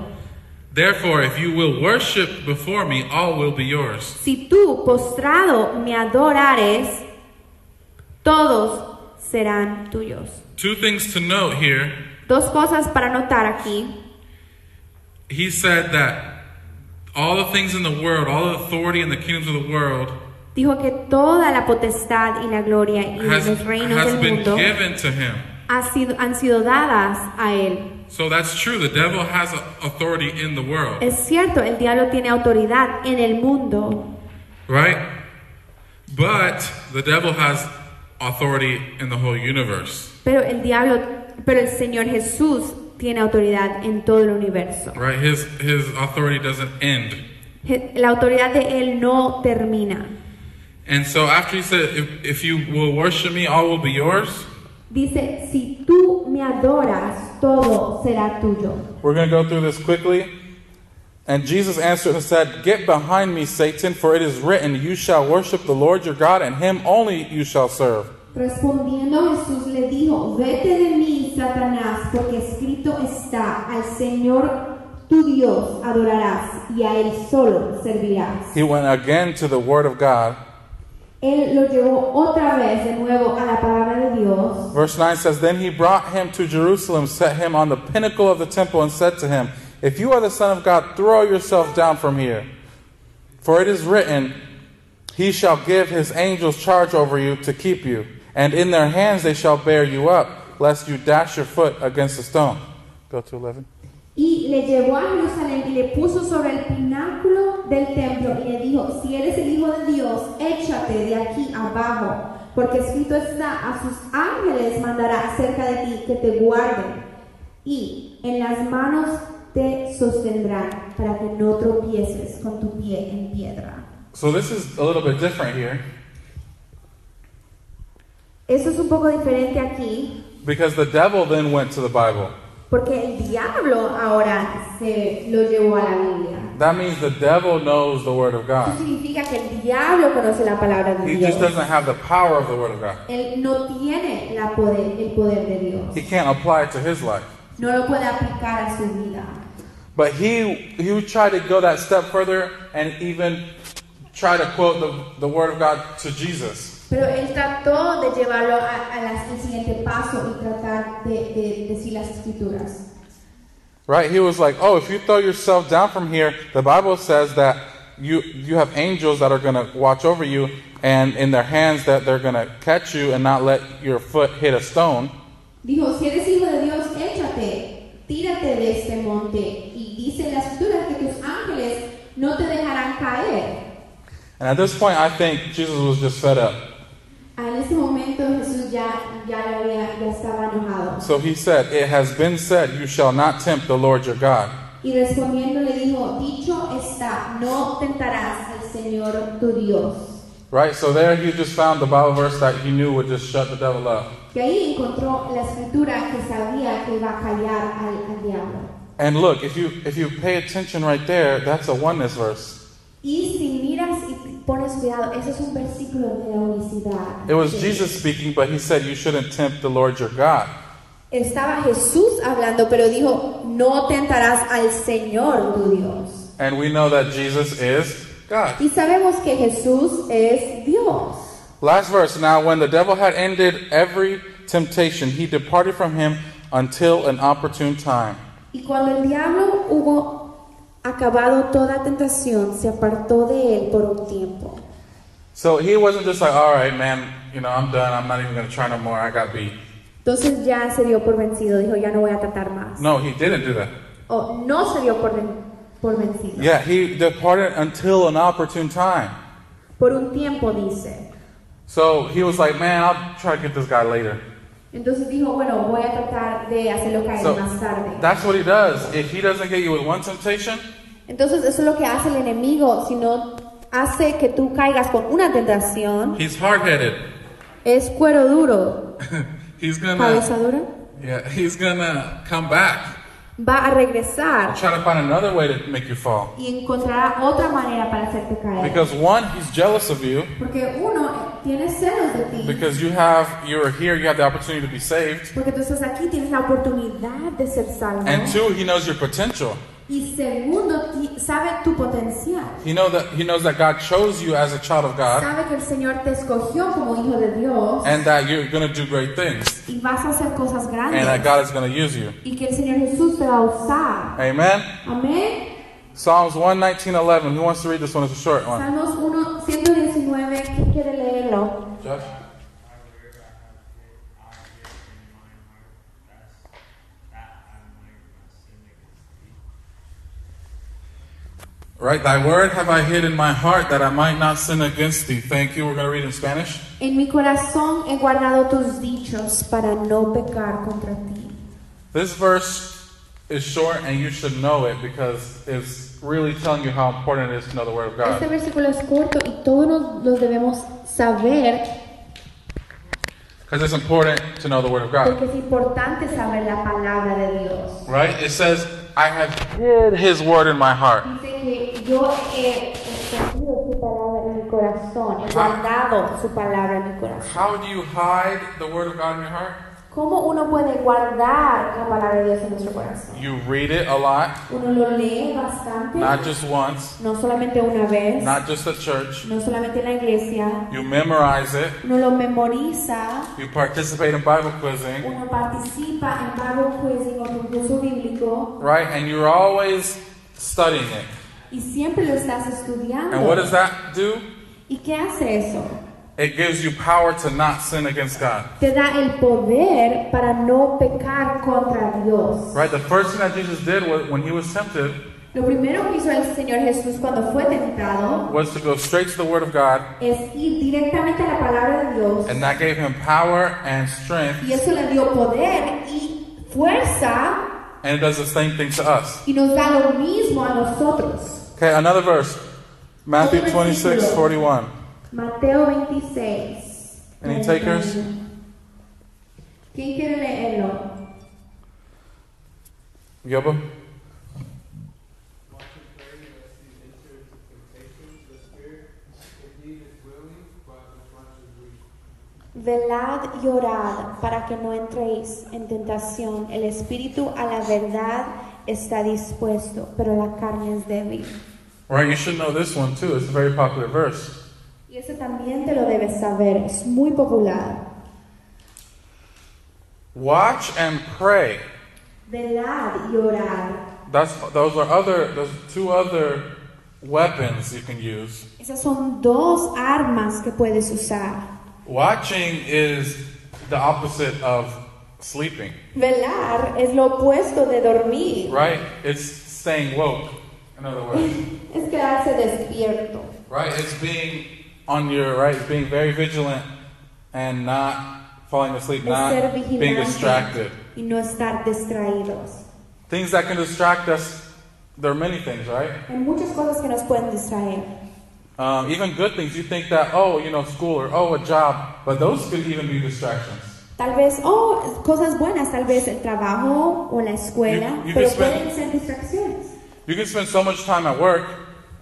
Therefore, if you will worship before me, all will be yours." Si tú postrado me adorares, todos serán tuyos. Two things to note here. Dos cosas para notar aquí. He said that all the things in the world, all the authority in the kingdoms of the world Dijo que toda la potestad y la gloria y has, los reinos has del been mundo given to him. ha sido- han sido dadas a él. So that's true. The devil has a- authority in the world, Es cierto, el diablo tiene autoridad en el mundo, right? But the devil has authority in the whole universe, Pero el diablo, pero el Señor Jesús tiene autoridad en todo el universo. right? His his authority doesn't end. Je- La autoridad de Él no termina. And so after he said, if, if you will worship me, all will be yours. Dice, si tú me adoras, todo será tuyo. We're going to go through this quickly. And Jesus answered and said, Get behind me, Satan, for it is written, You shall worship the Lord your God, and him only you shall serve. Respondiendo Jesús le dijo, vete de mí, Satanás, porque escrito está, al Señor tu Dios adorarás y a Él solo servirás. He went again to the Word of God. Él lo llevó otra vez de nuevo a la palabra de Dios. Verse 9 says, Then he brought him to Jerusalem, set him on the pinnacle of the temple, and said to him, If you are the Son of God, throw yourself down from here. For it is written, He shall give his angels charge over you to keep you, and in their hands they shall bear you up, lest you dash your foot against a stone. Go to 11. Y le llevó a Jerusalén y le puso sobre el pináculo del templo y le dijo, si eres el Hijo de Dios, échate de aquí abajo, porque escrito está, a sus ángeles mandará cerca de ti que te guarden y en las manos te sostendrán para que no tropieces con tu pie en piedra. So this is a little bit different here Eso es un poco diferente aquí, because the devil then went to the Bible. porque el diablo ahora se lo llevó a la Biblia. That means the devil knows the Word of Eso God. significa que el diablo conoce la palabra de He Dios. just doesn't have the power of the Word of God. Él no tiene la poder, el poder de Dios. He can't apply it to his life. No lo puede aplicar a su vida. But he he would try to go that step further and even try to quote the, the Word of God to Jesus. Pero él trató de llevarlo a- a las- al siguiente paso y tratar de, de decir las escrituras. Right? He was like, Oh, if you throw yourself down from here, the Bible says that you you have angels that are gonna watch over you and in their hands that they're gonna catch you and not let your foot hit a stone. Dijo, si eres hijo de Dios, échate, tírate Quítate de este monte. Y dice en las escrituras que tus ángeles no te dejarán caer. And at this point, I think Jesus was just fed up. Ah, En ese momento Jesús ya, ya, le había, ya estaba enojado. So he said, It has been said, You shall not tempt the Lord your God. Y respondiendo le dijo, dicho está, no tentarás al Señor tu Dios. Right? So there he just found the Bible verse that he knew would just shut the devil up. Que ahí encontró la escritura que sabía que iba a callar al, al diablo. And look, if you if you pay attention right there, that's a oneness verse. Y si miras y pones cuidado, ese es un versículo de la unicidad. It was Sí. Jesus speaking, but he said you shouldn't tempt the Lord your God. Estaba Jesús hablando, pero dijo, no tentarás al Señor tu Dios. And we know that Jesus is God. Y sabemos que Jesús es Dios. Last verse. Now when the devil had ended every temptation, he departed from him until an opportune time. Y cuando el diablo hubo acabado toda tentación, se apartó de él por un tiempo. So he wasn't just like, all right, man, you know, I'm done. I'm not even going to try no more. I got beat. Entonces ya se dio por vencido, dijo, ya no voy a tratar más. No, he didn't do that. O no se dio por, ven- por vencido. Yeah, he departed until an opportune time. Por un tiempo, dice. So he was like, man, I'll try to get this guy later. Entonces dijo, bueno, voy a tratar de hacerlo caer So más tarde. that's what he does. If he doesn't get you with one temptation, Entonces eso es lo que hace el enemigo, si no hace que tú caigas con una tentación, he's hard headed. es cuero duro, He's cabeza gonna, dura, yeah, he's gonna come back va a regresar and try to find another way to make you fall. Y encontrará otra manera para hacerte caer. Because one, he's jealous of you Porque uno tiene celos de ti. because you have, you are here, you have the opportunity to be saved. Porque tú estás aquí, tienes la oportunidad de ser salvo. And two, he knows your potential. Y segundo, ti- sabe tu potencial. He know that he knows that God chose you as a child of God Sabe que el Señor te escogió como hijo de Dios and that you're gonna do great things y vas a hacer cosas and that grandes. God is gonna use you. Y que el Señor Jesús te va a usar. Amen. Amén. Psalms 119, 11. Who wants to read this one? It's a short one. Salmos 1, 119. ¿Quién quiere leerlo? Josh? I live, I have faith, I give in my heart, that's, that I might not sin against thee. Right, thy word have I hid in my heart that I might not sin against thee. Thank you. We're going to read in Spanish. En mi corazón he guardado tus dichos para no pecar contra ti. This verse is short and you should know it because it's really telling you how important it is to know the word of Este God. versículo es corto y todos nos- los debemos saber Because it's important to know the word of God. porque es importante saber la palabra de Dios. Right? It says, I have hid his word in my heart. Dice que yo he escondido su palabra en mi corazón, he guardado su palabra en mi corazón. How do you hide the word of God in your heart? ¿Cómo uno puede guardar la palabra de Dios en nuestro corazón? You read it a lot, Uno lo lee bastante, not just once, no solamente una vez, not just at church. no solamente en la iglesia, You memorize it. uno lo memoriza. You participate in Bible quizzing. Uno participa en Bible Quizzing o concurso bíblico Right? And you're always studying it. y siempre lo estás estudiando. And what does that do? ¿Y qué hace eso? It gives you power to not sin against God. Te da el poder para no pecar contra Dios. Right? The first thing that Jesus did was, when he was tempted Lo primero que hizo el Señor Jesús cuando fue tentado was to go straight to the Word of God, es ir directamente a la palabra de Dios and that gave him power and strength, y eso le dio poder y fuerza and it does the same thing to us. y nos da lo mismo a nosotros. Okay, another verse Matthew 26 41. Mateo 26. Any takers? ¿Quién quiere leerlo? Yoba? Watch and pray lest you enter into temptation. The spirit indeed is willing, but the flesh is weak. Velad y orad para que no entréis en tentación. El espíritu a la verdad está dispuesto, pero la carne es débil. Right? You should know this one too. It's a very popular verse. Y eso también te lo debes saber, es muy popular. Watch and pray. Velad y orad. That's those are other those two other weapons you can use. Esas son dos armas que puedes usar. Watching is the opposite of sleeping, Velar es lo opuesto de dormir, right? It's staying woke, in other words, es quedarse despierto. right? It's being on your right, it's being very vigilant and not falling asleep, es ser not being vigilante distracted. y no estar distraídos. Things that can distract us, there are many things, right? Hay muchas cosas que nos pueden distraer. Um, even good things, you think that, oh, you know, school or oh, a job, but those could even be distractions. Tal vez, oh, cosas buenas, tal vez el trabajo o la escuela, You- you pero can spend- pueden ser distracciones. You can spend so much time at work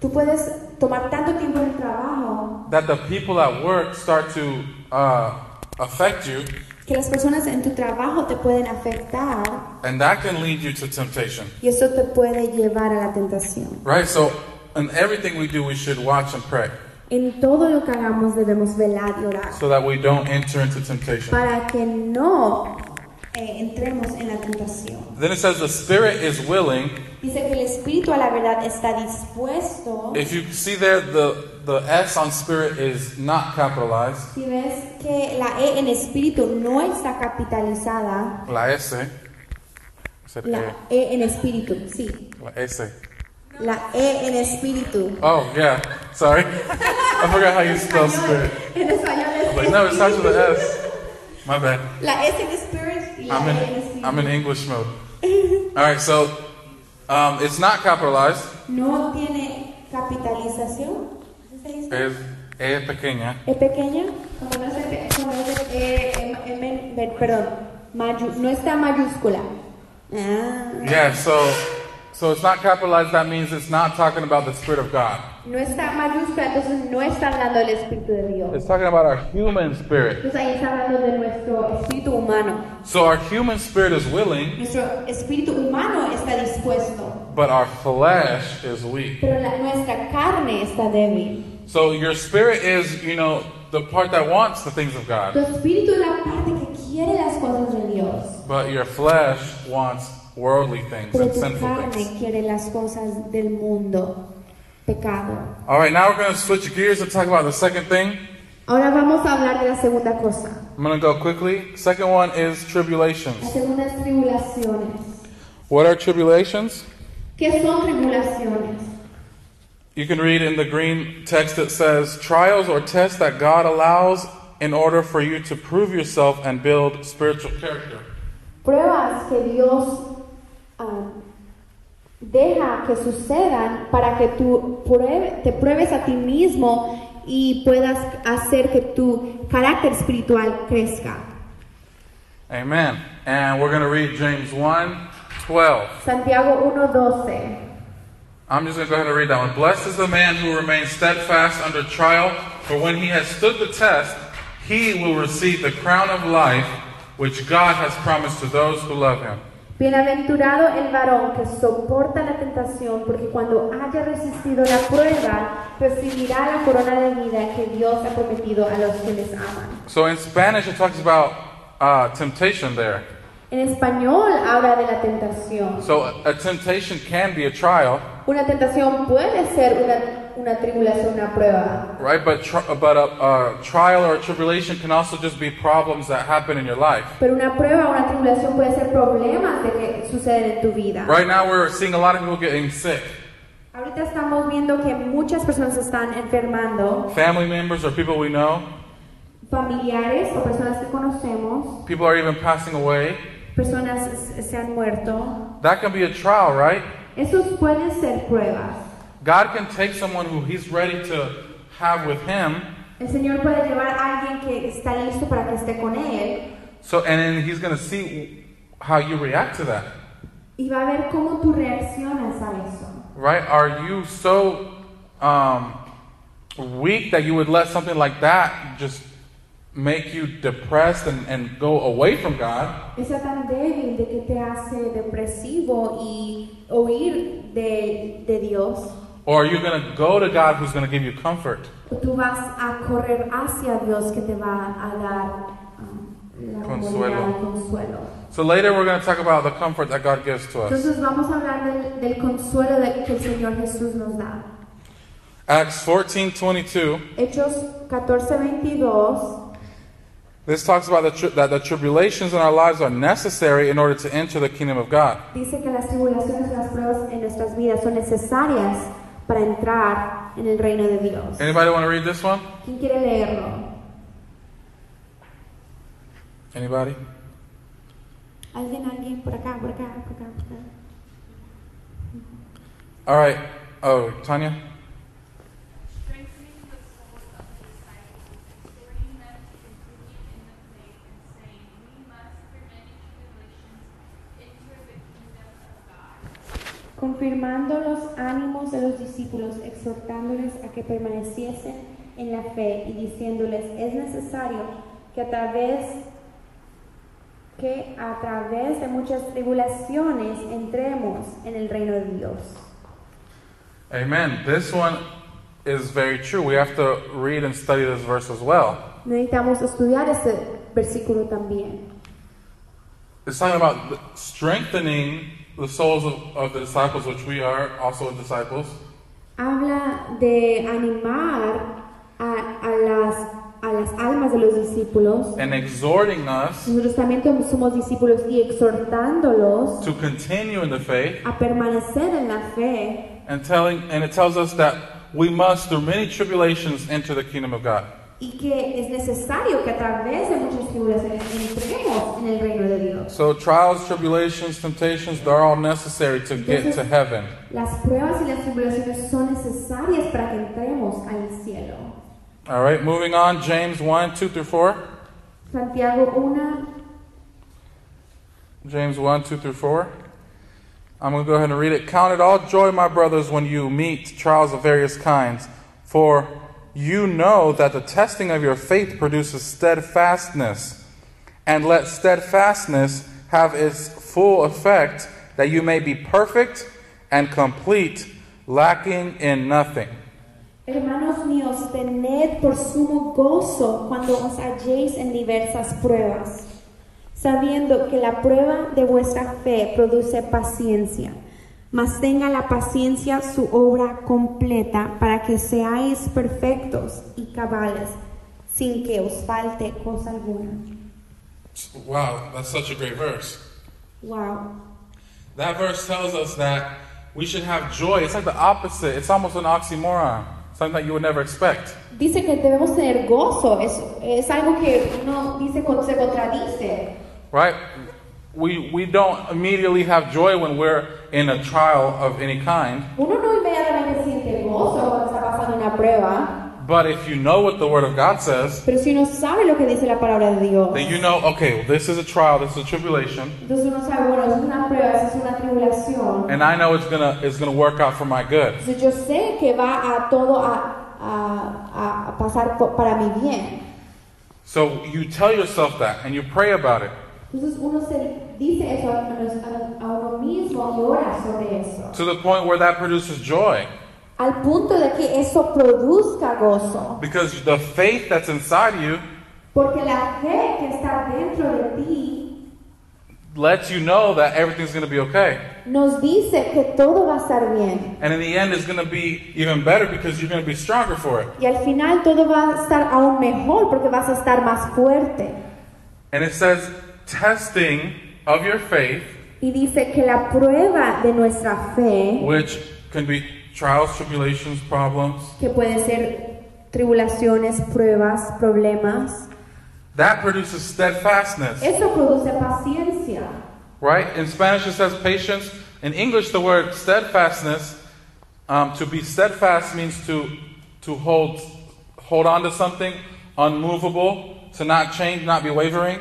Tú puedes tomar tanto tiempo en el trabajo that the people at work start to uh, affect you, que las personas en tu trabajo te pueden afectar and that can lead you to temptation, y eso te puede llevar a la tentación. right? So, in everything we do, we should watch and pray En todo lo que hagamos debemos velar y orar so that we don't enter into temptation. para que no eh, entremos en la tentación. Then it says, the spirit is willing. Dice que el espíritu a la verdad está dispuesto. If you see there, the the S on spirit is not capitalized, Si ves que la E en espíritu no está capitalizada, la S. Said la A. E en espíritu, sí, La S. la E en espíritu. Oh yeah, sorry. I forgot how you spell spirit. En español es But no, it starts with an S. My bad. La S en spirit y la I'm E en in espíritu. I'm in English mode. All right, so um, it's not capitalized. No tiene capitalización. ¿Así se dice? Es E pequeña. ¿Es pequeña? Cuando no es pe- cuando no es de- eh, em- em- em- perdón, mayu- no está mayúscula. Ah. Yeah, so so it's not capitalized. That means it's not talking about the spirit of God. No está mayúscula, entonces no está hablando del Espíritu de Dios. It's talking about our human spirit. Entonces ahí está hablando de nuestro espíritu humano. So our human spirit is willing, Nuestro espíritu humano está dispuesto, but our flesh is weak. pero la- nuestra carne está débil. So your spirit is, you know, the part that wants the things of Tu God, espíritu es la parte que quiere las cosas de Dios. but your flesh wants worldly things Pero and tu sinful things. carne quiere las cosas del mundo, pecado. All right, now we're going to switch gears and talk about the second thing. Ahora vamos a hablar de la segunda cosa, I'm going to go quickly. Second one is las tribulations. segundas tribulaciones. What are tribulations? ¿Qué son tribulaciones? You can read in the green text it says, trials or tests that God allows in order for you to prove yourself and build spiritual character. Pruebas que Dios ah, deja que sucedan para que tú prue- te pruebes a ti mismo y puedas hacer que tu carácter espiritual crezca. Amen. And we're going to read James 1 12. Santiago 1:12. I'm just going to go ahead and read that one. Blessed is the man who remains steadfast under trial, for when he has stood the test, he will receive the crown of life which God has promised to those who love him. Bienaventurado el varón que soporta la tentación, porque cuando haya resistido la prueba, recibirá la corona de vida que Dios ha prometido a los que les aman. So in Spanish, it talks about uh, temptation there. En español habla de la tentación. So a, a temptation can be a trial, Una tentación puede ser una, una tribulación, una prueba, right? But, tr- but a, a trial or a tribulation can also just be problems that happen in your life. pero una prueba o una tribulación puede ser problemas de que suceden en tu vida. Right now, we're seeing a lot of people getting sick. Ahorita estamos viendo que muchas personas se están enfermando, Family members or people we know, familiares o personas que conocemos, people are even passing away. personas se- se han muerto. That can be a trial, right? Esos pueden ser pruebas. God can take someone who He's ready to have with Him, El Señor puede llevar a alguien que está listo para que esté con Él so and then He's going to see how you react to that, y va a ver cómo tú reaccionas a eso. right? Are you so um, weak that you would let something like that just make you depressed and, and go away from God? Está tan débil de que te hace depresivo y huir de, de Dios. Or are you going to go to God who's going to give you comfort? O Tú vas a correr hacia Dios que te va a dar um, la Consuelo. comodidad, el consuelo. So later we're going to talk about the comfort that God gives to us. Entonces vamos a hablar del, del consuelo de- que el Señor Jesús nos da. Acts 14:22. Hechos 14:22. This talks about the tri- that the tribulations in our lives are necessary in order to enter the kingdom of God. Dice que las tribulaciones, las pruebas en nuestras vidas son necesarias para entrar en el reino de Dios. Anybody want to read this one? ¿Quién quiere leerlo? Anybody? ¿Alguien, alguien? Por acá, por acá, por acá, por acá. All right. Oh, Tanya. strengthening the souls of the disciples, exhorting them to continue in the faith, and saying, We must, through many tribulations, enter the kingdom of God. confirmando los ánimos de los discípulos, exhortándoles a que permaneciesen en la fe y diciéndoles es necesario que a través que a través de muchas tribulaciones entremos en el reino de Dios. Amen. This one is very true. We have to read and study this verse as well. Necesitamos estudiar este versículo también. It's talking about the- strengthening the souls of, of the disciples, which we are also disciples, Habla de animar a, a las, a las almas de los discípulos. and exhorting us Nosotros también somos discípulos y exhortándolos to continue in the faith, a permanecer en la fe and telling, and it tells us that we must, through many tribulations, enter the kingdom of God. y que es necesario que a través de muchas tribulaciones entremos en el reino de Dios. So trials, tribulations, temptations, they're all necessary to get to heaven. Las pruebas y las tribulaciones son necesarias para que entremos al cielo. All right, moving on, James 1, 2 through 4. Santiago 1, James 1, 2 through 4. I'm going to go ahead and read it. Count it all joy, my brothers, when you meet trials of various kinds, for you know that the testing of your faith produces steadfastness. And let steadfastness have its full effect, that you may be perfect and complete, lacking in nothing. Hermanos míos, tened por sumo gozo cuando os halléis en diversas pruebas, sabiendo que la prueba de vuestra fe produce paciencia. Mas tenga la paciencia su obra completa para que seáis perfectos y cabales, sin que os falte cosa alguna. Wow, that's such a great verse. Wow. That verse tells us that we should have joy. It's like the opposite. It's almost an oxymoron. Something that you would never expect. Dice que debemos tener gozo, es, es algo que uno dice cuando se contradice. Right? We we don't immediately have joy when we're in a trial of any kind. Uno no inmediatamente siente gozo cuando está pasando una prueba, But if you know what the Word of God says, pero si uno sabe lo que dice la palabra de Dios, then you know, okay, well, this is a trial, this is a tribulation, entonces uno sabe, bueno, eso es una prueba, eso es una tribulación. and I know it's gonna it's gonna work out for my good. Entonces yo sé que va a todo a, a- a- a pasar po- para mi bien. So you tell yourself that and you pray about it. Entonces uno se dice eso a, a- a uno mismo y ora sobre eso. To the point where that produces joy. Al punto de que eso produzca gozo. Because the faith that's inside you Porque la fe que está dentro de ti lets you know that everything's gonna be okay. nos dice que todo va a estar bien. And in the end, it's going to be even better because you're going to be stronger for it. Y al final todo va a estar aún mejor porque vas a estar más fuerte. And it says, testing of your faith, Y dice que la prueba de nuestra fe, which can be trials, tribulations, problems, que puede ser tribulaciones, pruebas, problemas, that produces steadfastness, Eso produce paciencia. right? In Spanish, it says patience. In English, the word steadfastness, um, to be steadfast means to, to hold, hold on to something, unmovable, to not change, not be wavering.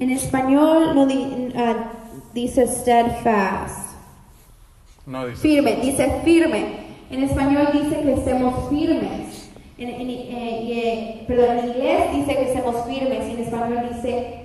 En español no di- ah, dice steadfast, No, these- Firme, dice firme. En español dice que estemos firmes. En, en- eh, y, eh, perdón, en inglés dice que estemos firmes. Y en español dice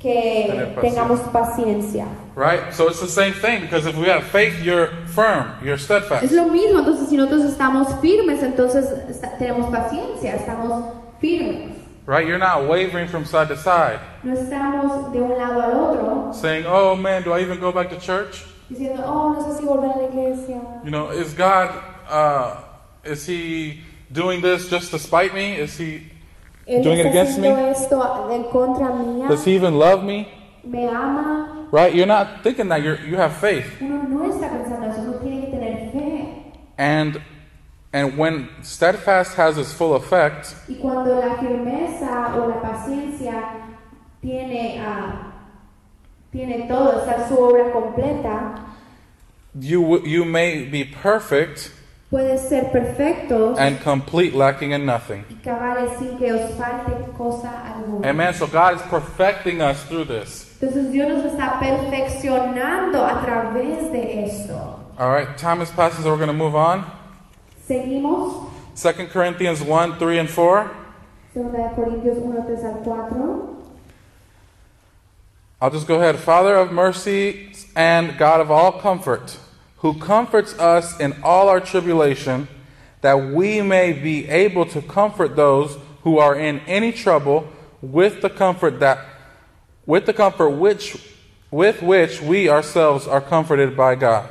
que Tener paciencia. tengamos paciencia. right? So it's the same thing because if we have faith, you're firm, you're steadfast. Es lo mismo, entonces si nosotros estamos firmes, entonces esta- tenemos paciencia, estamos firmes. Right? You're not wavering from side to side, No estamos de un lado al otro saying, oh man, do I even go back to church? diciendo, oh, no sé si volver a la iglesia. You know, is God, uh, is He doing this just to spite me? Is He, Él Doing it está against haciendo me? Pues esto en contra mía. Does he even love me? Me ama. Right? You're not thinking that. You're, you have faith. Uno no está pensando eso, uno tiene que tener fe. And and when steadfast has its full effect, Y cuando la firmeza o la paciencia tiene, ah, tiene todo, está su obra completa, you w- you may be perfect puede ser perfecto and complete, lacking in nothing. y cabales sin que os falte cosa alguna. Amen. So God is perfecting us through this. Entonces Dios nos está perfeccionando a través de esto. All right. Time is passing, so we're going to move on. Seguimos, 2 Corinthians 1, 3 and 4. 2 de Corintios 1, 3 al 4. I'll just go ahead. Father of mercy and God of all comfort, who comforts us in all our tribulation, that we may be able to comfort those who are in any trouble with the comfort that with the comfort which with which we ourselves are comforted by God.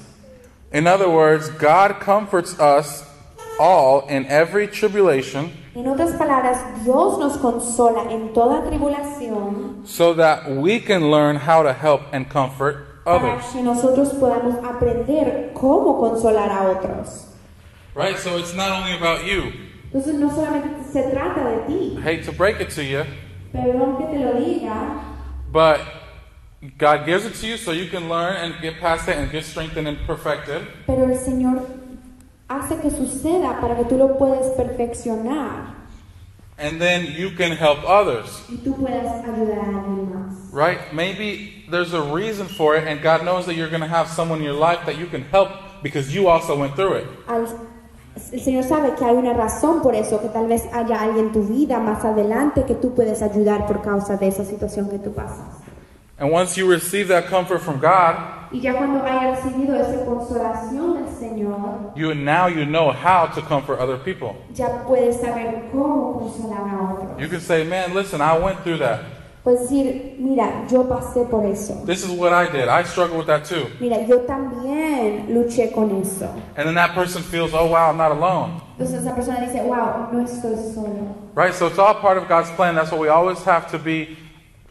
In other words, God comforts us all in every tribulation En otras palabras, Dios nos consola en toda tribulación so that we can learn how to help and comfort others. para que nosotros podamos aprender cómo consolar a otros. Right? So it's not only about you. Entonces no solamente se trata de ti, I hate to break it to you, perdón que te lo diga, but God gives it to you so you can learn and get past it and get strengthened and perfected. Pero el Señor hace que suceda para que tú lo puedas perfeccionar And then you can help others. y tú puedas ayudar a alguien más. Right? Maybe there's a reason for it, and God knows that you're going to have someone in your life that you can help because you also went through it. al- el Señor sabe que hay una razón por eso, que tal vez haya alguien en tu vida más adelante que tú puedes ayudar por causa de esa situación que tú pasas. And once you receive that comfort from God, Y ya cuando haya recibido esa consolación del Señor, you now you know how to comfort other people. Ya puedes saber cómo consolar a otros. You can say, "Man, listen, I went through that. Puedes decir, mira, yo pasé por eso. This is what I did. I struggled with that too." Mira, yo también luché con eso. And then that person feels, "Oh wow, I'm not alone." entonces esa persona dice, wow, no estoy solo. Right? So it's all part of God's plan. That's why we always have to be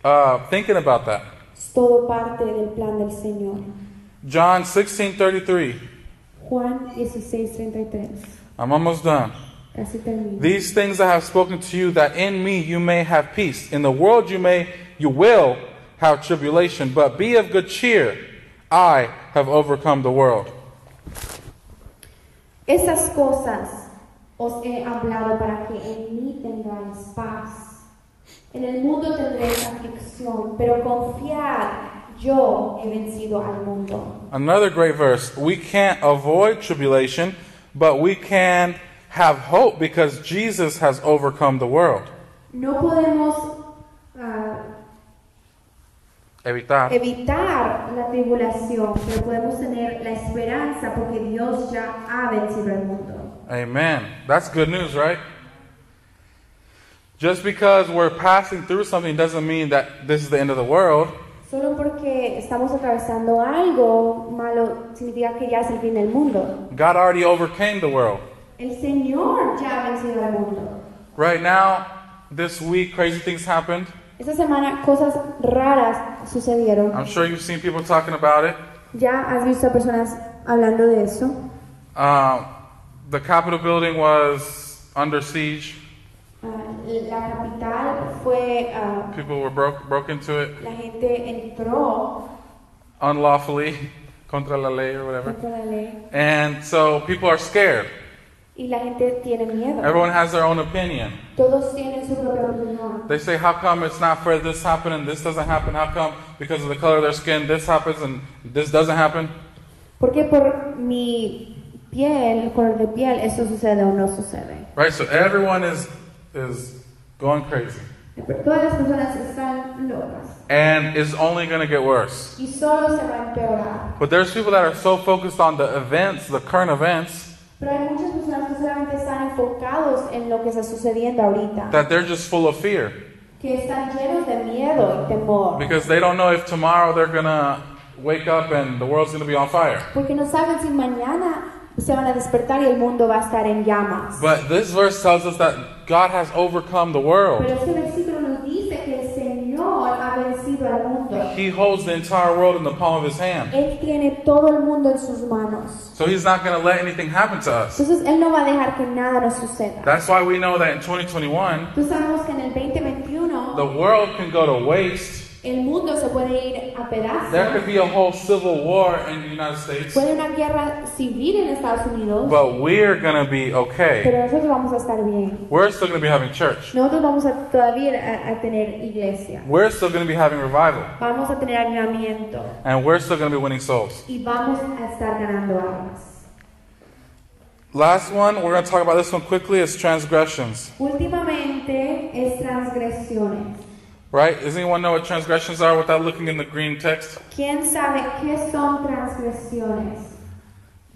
uh, thinking about that. Es todo parte del plan del Señor. John 16:33. Juan 16:33. I'm almost done. Casi termino. These things I have spoken to you that in me you may have peace. In the world you may you will have tribulation, but be of good cheer. I have overcome the world. Esas cosas os he hablado para que en mí tengáis paz. En el mundo tendréis aflicción, pero confiad, yo he vencido al mundo. Another great verse. We can't avoid tribulation, but we can have hope because Jesus has overcome the world. No podemos ah, Evitar. evitar la tribulación, pero podemos tener la esperanza porque Dios ya ha vencido al mundo. Amen. That's good news, right? Just because we're passing through something doesn't mean that this is the end of the world. Solo porque estamos atravesando algo malo significa que ya es el fin del mundo. God already overcame the world. El Señor ya ha vencido al mundo. Right now, this week, crazy things happened. Esta semana cosas raras sucedieron. I'm sure you've seen people talking about it. Ya has visto a personas hablando de eso. Um, the Capitol building was under siege. Ah, la capital fue, ah, People were broke broke into it la gente entró unlawfully, contra la ley or whatever. contra la ley And so people are scared. y la gente tiene miedo. Everyone has their own opinion. Todos tienen su propia opinión. They say, how come it's not fair this happened and this doesn't happen? How come because of the color of their skin this happens and this doesn't happen? Porque por mi piel, color de piel, eso sucede o no sucede. Right? So everyone is is going crazy. Todas las personas están locas and it's only going to get worse. y solo se va a empeorar. But there's people that are so focused on the events, the current events, Pero hay muchas personas que solamente están enfocados en lo que está sucediendo ahorita, that they're just full of fear que están llenos de miedo y temor, because they don't know if tomorrow they're going to wake up and the world's going to be on fire. porque no saben si mañana se van a despertar y el mundo va a estar en llamas. But this verse tells us that God has overcome the pero world. este versículo nos dice que el Señor ha vencido al mundo. He holds the entire world in the palm of his hand. Él tiene todo el mundo en sus manos. So he's not going to let anything happen to us. Entonces Él no va a dejar que nada nos suceda. That's why we know that in 2021, Tú sabemos que en el 2021 the world can go to waste. el mundo se puede ir a There could pedazos. be a whole civil war in the United States, Puede una guerra civil en Estados Unidos, but we're going to be okay. Pero nosotros vamos a estar bien. We're still going to be having church. Nosotros vamos a todavía a, a tener iglesia. We're still going to be having revival. Vamos a tener alineamiento. And we're still going to be winning souls. y vamos a estar ganando almas. Last one, we're going to talk about this one quickly, is transgressions. Últimamente es transgresiones. Right? Does anyone know what transgressions are without looking in the green text? ¿Quién sabe qué son transgresiones?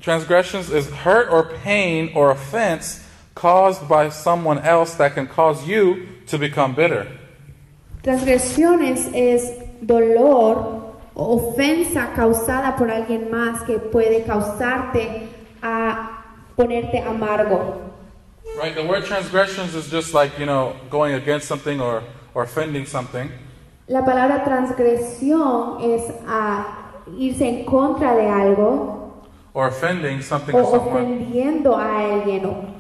Transgressions is hurt or pain or offense caused by someone else that can cause you to become bitter. Transgresiones es dolor o ofensa causada por alguien más que puede causarte a ponerte amargo. Right? The word transgressions is just like, you know, going against something or, or offending something. La palabra transgresión es ah, irse en contra de algo or offending something o or someone, ofendiendo a alguien.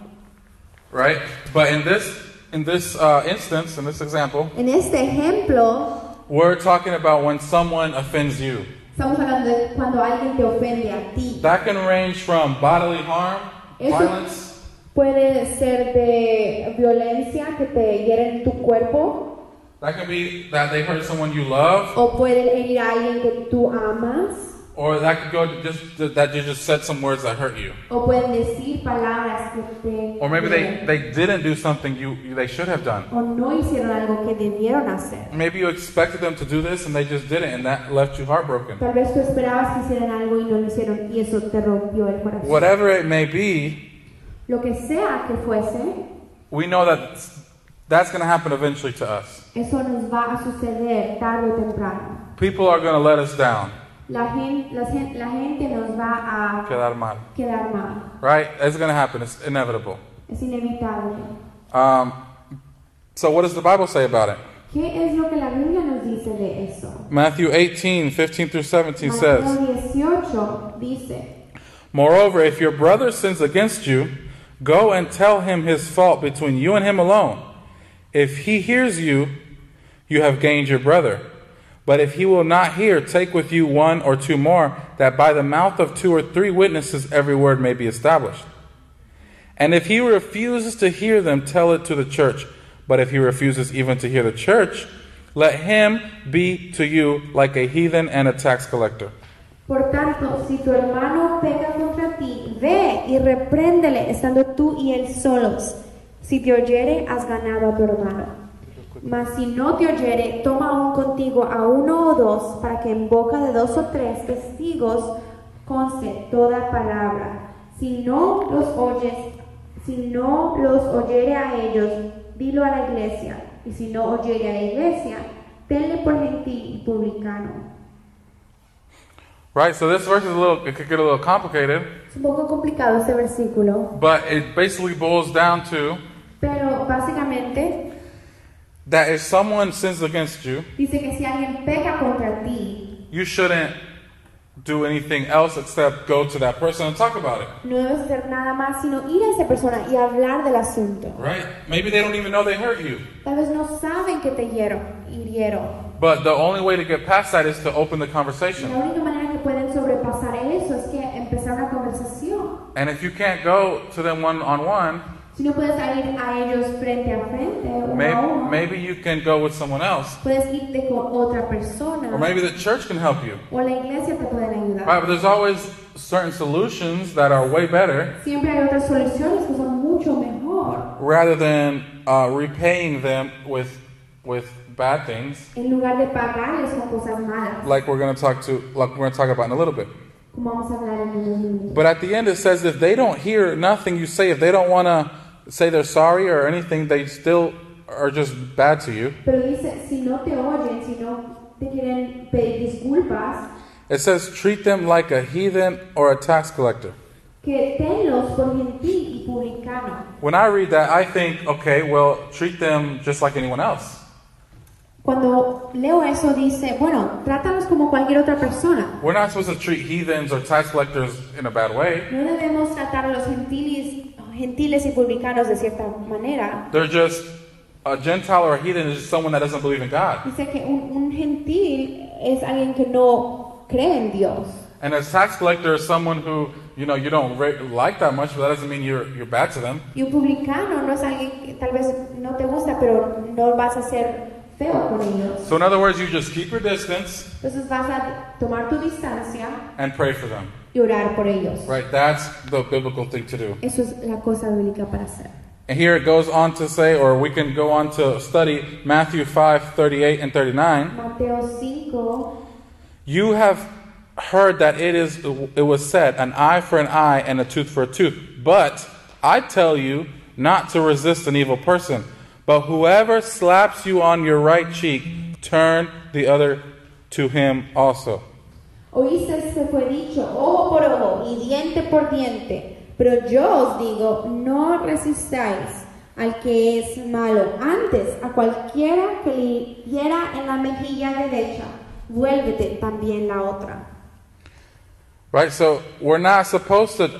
right? But in this in this uh, instance, in this example, En este ejemplo, we're talking about when someone offends you. Estamos hablando de cuando alguien te ofende a ti. That can range from bodily harm, Eso- violence, Puede ser de violencia que te hieren tu cuerpo that can be that they hurt someone you love, o puede herir a alguien que tú amas or that could go to just that you just said some words that hurt you, o pueden decir palabras que te or maybe they hieren, they didn't do something you you- they should have done. o no hicieron algo que debieron hacer. Maybe you expected them to do this and they just didn't, and that left you heartbroken. Tal vez tú esperabas que hicieran algo y no lo hicieron y eso te rompió el corazón. Whatever it may be, Lo que sea que fuese, we know that that's going to happen eventually to us. eso nos va a suceder tarde o temprano. People are going to let us down, La gente, la, gen- la gente nos va a quedar mal, quedar mal. right? It's going to happen. It's inevitable. Es inevitable. Um, so what does the Bible say about it? ¿Qué es lo que la Biblia nos dice de eso? Matthew 18, 15 through 17 says, Mateo 18 dice, Moreover, if your brother sins against you, go and tell him his fault between you and him alone. If he hears you, you have gained your brother. But if he will not hear, take with you one or two more, that by the mouth of two or three witnesses every word may be established. And if he refuses to hear them, tell it to the church. But if he refuses even to hear the church, let him be to you like a heathen and a tax collector. por tanto, si tu hermano peca contra ti, ve y repréndele, estando tú y él solos. Si te oyere, has ganado a tu hermano. Mas si no te oyere, toma aún contigo a uno o dos, para que en boca de dos o tres testigos conste toda palabra. Si no los oyes, si no los oyere a ellos, dilo a la iglesia. Y si no oyere a la iglesia, tenle por gentil y publicano. Right, so this verse is a little, it could get a little complicated, Es un poco complicado este versículo, but it basically boils down to pero básicamente that if someone sins against you, dice que si alguien peca contra ti, you shouldn't do anything else except go to that person and talk about it. No debes hacer nada más, sino ir a esa persona y hablar del asunto. Right? Maybe they don't even know they hurt you. Tal vez no saben que te hieron, hirieron. But the only way to get past that is to open the la conversation. única manera que pueden sobrepasar eso es que empezar una conversación. And if you can't go to them one on one, Si no puedes salir a ellos frente a frente, uno a maybe, uno, maybe you can go with someone else. puedes irte con otra persona Or maybe Ah. the church can help you. o la iglesia te pueden ayudar. Right, but there's always certain solutions that are way better Siempre hay otras soluciones que son mucho mejor rather than uh, repaying them with with bad things, en lugar de pagarles con cosas malas, like we're going to talk to, like we're going to talk about in a little bit. como vamos a hablar en el libro. But at the end, it says if they don't hear nothing you say, if they don't want to say they're sorry or anything, they still are just bad to you. Pero dice, si no te oyen, si no te quieren pedir disculpas, It says treat them like a heathen or a tax collector. que tenlos por gentil y publicano. When I read that, I think, okay, well, treat them just like anyone else. Cuando leo eso dice, bueno, trátalos como cualquier otra persona. We're not supposed to treat heathens or tax collectors in a bad way. No debemos tratar a los gentiles, gentiles y publicanos de cierta manera. They're just a Gentile or a heathen is just someone that doesn't believe in God. Dice que un, un gentil es alguien que no cree en Dios. And a tax collector is someone who, you know, you don't re- like that much, but that doesn't mean you're, you're bad to them. Y un publicano no es alguien que tal vez no te gusta, pero no vas a ser feo con ellos. So, in other words, you just keep your distance Entonces vas a tomar tu distancia and pray for them. y orar por ellos. Right? That's the biblical thing to do. Eso es la cosa bíblica para hacer. And here it goes on to say, or we can go on to study Matthew 5 38 and 39. Mateo 5, You have heard that it is it was said, an eye for an eye and a tooth for a tooth. But I tell you not to resist an evil person. But whoever slaps you on your right cheek, turn the other to him also. Oíste se fue dicho, ojo por ojo y diente por diente. Pero yo os digo, no resistáis al que es malo. Antes, a cualquiera que le diera en la mejilla derecha, vuélvete también la otra. Right? So we're not supposed to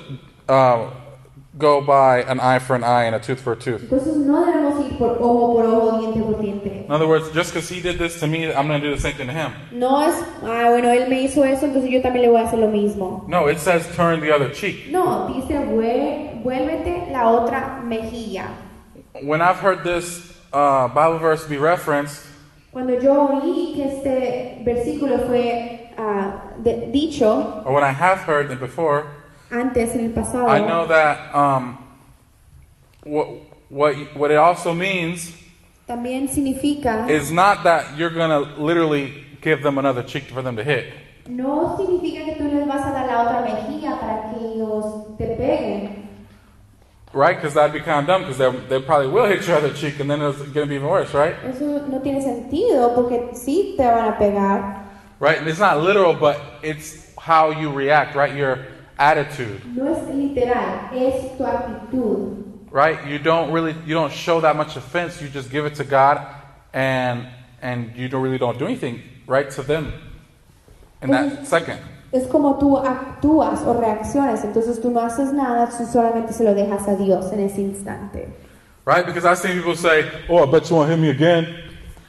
uh, go by an eye for an eye and a tooth for a tooth. Entonces no debemos ir por ojo por ojo, diente por diente. In other words, just because he did this to me, I'm going to do the same thing to him. No es, ah, bueno, él me hizo eso, entonces yo también le voy a hacer lo mismo. No, it says turn the other cheek. No, dice, "Vuel- vuélvete la otra mejilla. When I've heard this uh, Bible verse be referenced, Cuando yo oí que este versículo fue ah, de- dicho or when I have heard it before, antes en el pasado, I know that um, what what what it also means también significa, is not that you're gonna literally give them another cheek for them to hit. no significa que tú les vas a dar la otra mejilla para que ellos te peguen, Right, because that'd be kind of dumb. Because they, they probably will hit your other cheek, and then it's gonna be even worse, right? eso no tiene sentido porque sí te van a pegar. Right, and it's not literal, but it's how you react, right? Your attitude, No es literal, es tu actitud. right? You don't really, you don't show that much offense. You just give it to God, and and you don't really don't do anything, right, to them in that second. Es como tú actúas o reaccionas, entonces tú no haces nada, tú solamente se lo dejas a Dios en ese instante. Right? Because I've seen people say, Oh, I bet you won't hit me again.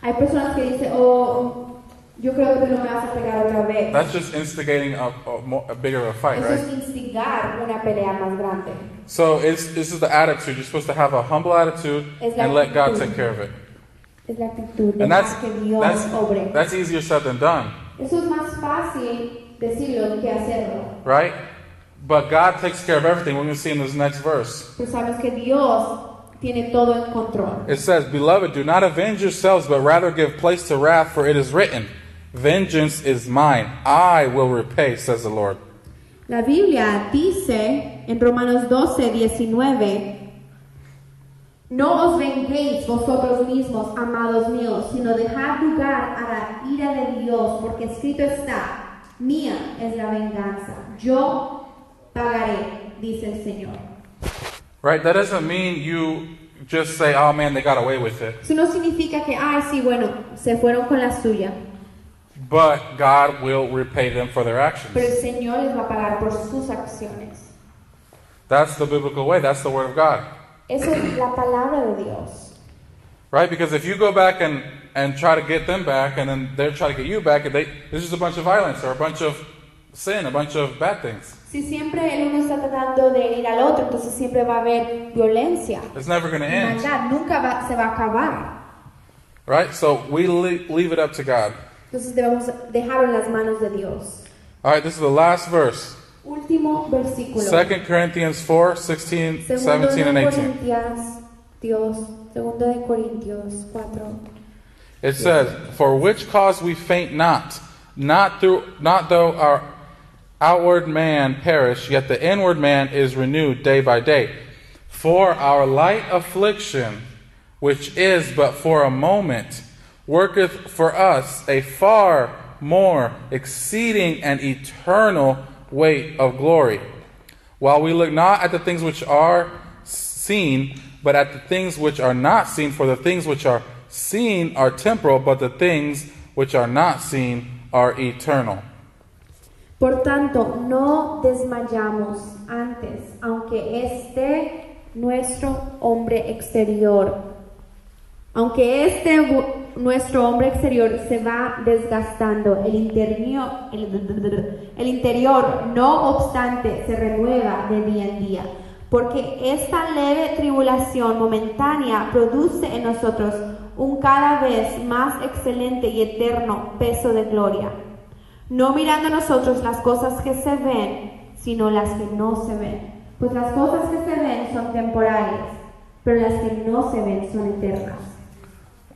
Hay personas que dicen, oh, yo creo que tú no me vas a pegar otra vez. That's just instigating a, a, mo- a bigger fight, Eso es right? instigar una pelea más grande. So it's, this is the attitude. You're supposed to have a humble attitude It's and like- let God take care of it. Es la actitud de And that's, que Dios that's, obre. that's easier said than done, Eso es más fácil decirlo que hacerlo. right? But God takes care of everything. We're going to see in this next verse. Pero sabes que Dios tiene todo en control. It says, Beloved, do not avenge yourselves, but rather give place to wrath, for it is written, Vengeance is mine. I will repay, says the Lord. La Biblia dice en Romanos 12, 19. No os venguéis vosotros mismos, amados míos, sino dejad lugar a la ira de Dios, porque escrito está, mía es la venganza, yo pagaré, dice el Señor. Right? That doesn't mean you just say, Oh man, they got away with it. Eso no significa que, ay, sí, bueno, se fueron con la suya, But God will repay them for their pero el actions. Señor les va a pagar por sus acciones. That's the biblical way. That's the word of God. Esa es la palabra de Dios. Right? Because if you go back and, and try to get them back and then they try to get you back, and they, this is a bunch of violence or a bunch of sin, a bunch of bad things. Si siempre el uno está tratando de herir al otro, entonces siempre va a haber violencia. It's never going to end. Maldad nunca va- se va a acabar. Right? So we le- leave it up to God. Entonces debemos dejarlo en las manos de Dios. All right, this is the last verse Último versículo. 2 Corinthians 4 16, Segundo 17, and de 18. Corintias, Dios, segundo de Corintios 4. It says, For which cause we faint not, not through not though our outward man perish, yet the inward man is renewed day by day. For our light affliction, which is but for a moment, worketh for us a far more exceeding and eternal weight of glory. While we look not at the things which are seen, but at the things which are not seen, for the things which are seen are temporal, but the things which are not seen are eternal. Por tanto, no desmayamos antes, aunque este nuestro hombre exterior, aunque este bu- nuestro hombre exterior se va desgastando, el interior, el, el interior, no obstante, se renueva de día en día, porque esta leve tribulación momentánea produce en nosotros un cada vez más excelente y eterno peso de gloria no mirando nosotros las cosas que se ven, sino las que no se ven. Pues las cosas que se ven son temporales, pero las que no se ven son eternas.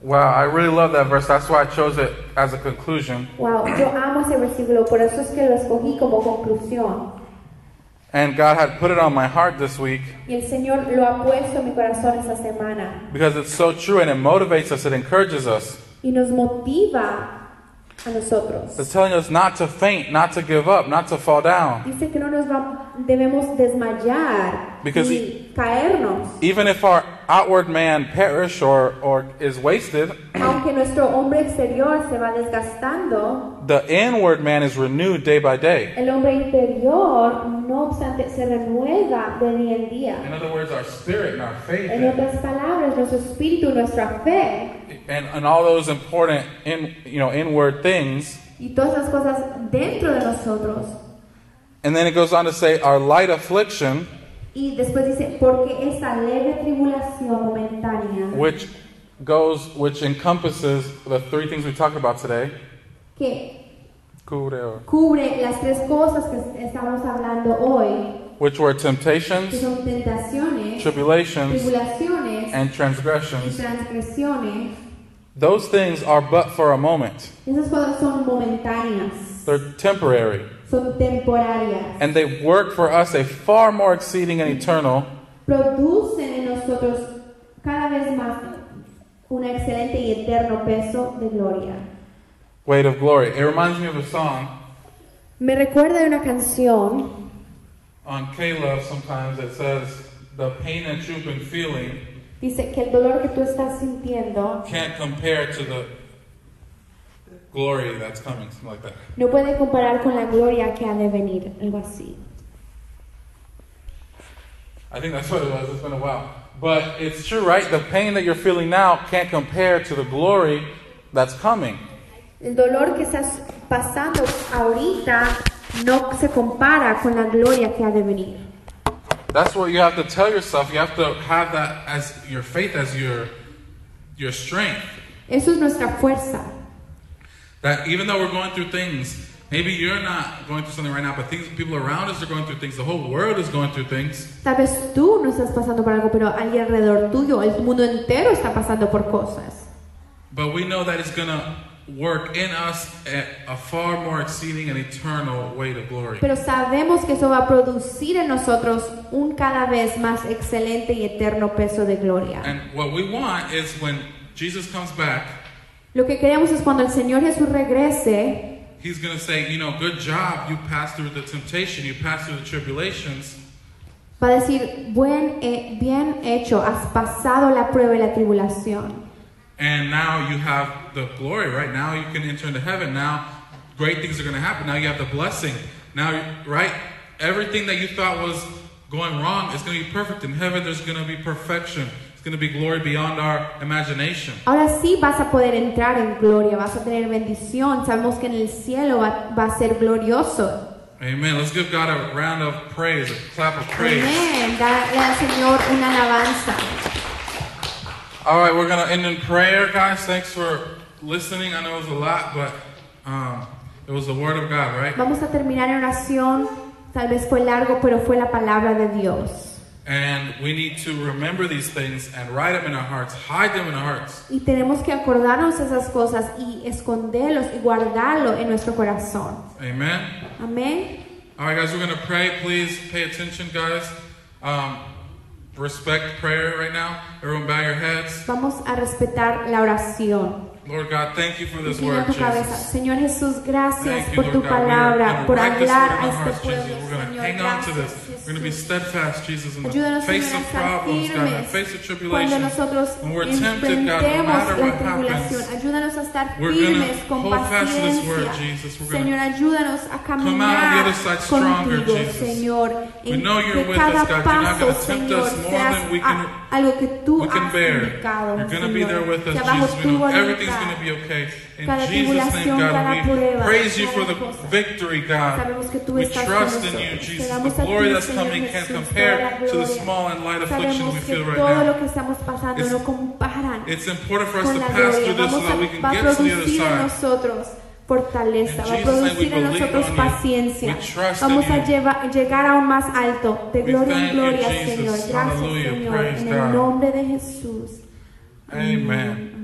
Wow, I really love that verse. That's why I chose it as a conclusion. Wow, yo amo ese versículo, por eso es que lo escogí como conclusión. And God had put it on my heart this week Y el Señor lo ha puesto en mi corazón esta semana because it's so true and it motivates us, it encourages us. y nos motiva a nosotros. It's telling us not to faint, not to give up, not to fall down. Dice que no nos va- debemos desmayar Because y caernos, Even if our outward man perish or, or is wasted, aunque nuestro hombre exterior se va desgastando. the inward man is renewed day by day. El hombre interior, no obstante, se renueva de día en In día. other words, our spirit and our faith En otras palabras, nuestro espíritu, nuestra fe and, and all those important in, you know, inward things. y todas las cosas dentro de nosotros. And then it goes on to say, our light affliction, Y después dice, porque esta leve tribulación momentánea which goes, which encompasses the three things we talked about today. que Kureo. cubre las tres cosas que estamos hablando hoy, Which were que temptations, son tentaciones, tribulations, tribulaciones and y transgressions. transgresiones, Those things are but for a moment. esas cosas son momentáneas, They're temporary. son temporarias. And they work for us a far more exceeding and eternal producen en nosotros cada vez más un excelente y eterno peso de gloria. weight of glory. It reminds me of a song Me recuerda de una canción on K-Love sometimes that says, the pain that you've been feeling dice que el dolor que tú estás sintiendo can't compare to the glory that's coming, something like that. no puede comparar con la gloria que ha de venir, algo así. I think that's what it was. It's been a while. But it's true, right? The pain that you're feeling now can't compare to the glory that's coming. El dolor que estás pasando ahorita no se compara con la gloria que ha de venir. That's what you have to tell yourself. You have to have that as your faith as your your strength. Eso es nuestra fuerza. That even though we're going through things, maybe you're not going through something right now, but things people around us are going through things. The whole world is going through things. Tal vez tú no estás pasando por algo, pero alguien alrededor tuyo, el mundo entero está pasando por cosas. But we know that it's gonna work in us at a far more exceeding and eternal weight of glory. Pero sabemos que eso va a producir en nosotros un cada vez más excelente y eterno peso de gloria. And what we want is when Jesus comes back, Lo que queremos es cuando el Señor Jesús regrese, He's going to say, you know, good job. You passed through the temptation. You passed through the tribulations. va a decir, Buen, eh, bien hecho, has pasado la prueba y la tribulación. And now you have the glory, right? Now you can enter into heaven. Now great things are going to happen. Now you have the blessing. Now, right? Everything that you thought was going wrong is going to be perfect. In heaven, there's going to be perfection. It's going to be glory beyond our imagination. Ahora sí vas a poder entrar en gloria, vas a tener bendición. Sabemos que en el cielo va, va a ser glorioso. Amen. Let's give God a round of praise, a clap of praise. Amén. Dale al Señor una alabanza. All right, we're gonna end in prayer, guys. Thanks for listening. I know it was a lot, but um, it was the word of God, right? Vamos a terminar en oración. Tal vez fue largo, pero fue la palabra de Dios. And we need to remember these things and write them in our hearts, hide them in our hearts. Y tenemos que acordarnos de esas cosas y esconderlos y guardarlo en nuestro corazón. Amen. Amén. All right, guys, we're going to pray. Please pay attention, guys. Um, respect prayer right now. Everyone, bow your heads. Vamos a respetar la oración. Lord God, thank you for this Inclina word, tu cabeza. Jesus. Señor Jesús, gracias Thank you, por Lord tu God. palabra, We're por going to hablar write a this word in our este hearts, pueblo. Jesus. We're going to Señor, hang on to gracias, this. We're going to be Jesús. steadfast, Jesus, in the Ayúdanos, face of Señor, a estar problems, God, in the face of firmes cuando tribulation. nosotros When we're tempted, God, no enfrentemos matter what la tribulación. happens, Ayúdanos a estar we're gonna firmes con hold fast to this word, paciencia. Jesus. We're gonna Señor, ayúdanos a caminar other side stronger, contigo, Jesus. Señor. We En know you're que with us, cada God. You're not paso, gonna tempt Señor, us more seas than we a- can- algo que tú we can has bear. indicado, You're going to Señor. be there with us, que abajo Jesus. We tu know everything's voluntad. going to be okay. In Cada Jesus' name, tribulación, God, cada we prueba, praise you for cada the cosa. victory, God. Sabemos que tú We estás trust con in you, nosotros. Te Jesus. The damos a glory ti, that's Señor coming can't Jesús, toda compare la to the gloria. small and light affliction Sabemos we que feel right todo lo now. que estamos pasando It's- no comparan It's important for us con to la pass gloria. through this so Vamos that we a, can va a get to the other producir en side. nosotros fortaleza, In va a Jesus' name, producir we en believe nosotros on you. paciencia. We trust Vamos in a you. lleva- llegar aún más alto, de We gloria thank en you, gloria, Jesus. Señor. Gracias, Hallelujah. Señor, Praise en God. el nombre de Jesús. Amen.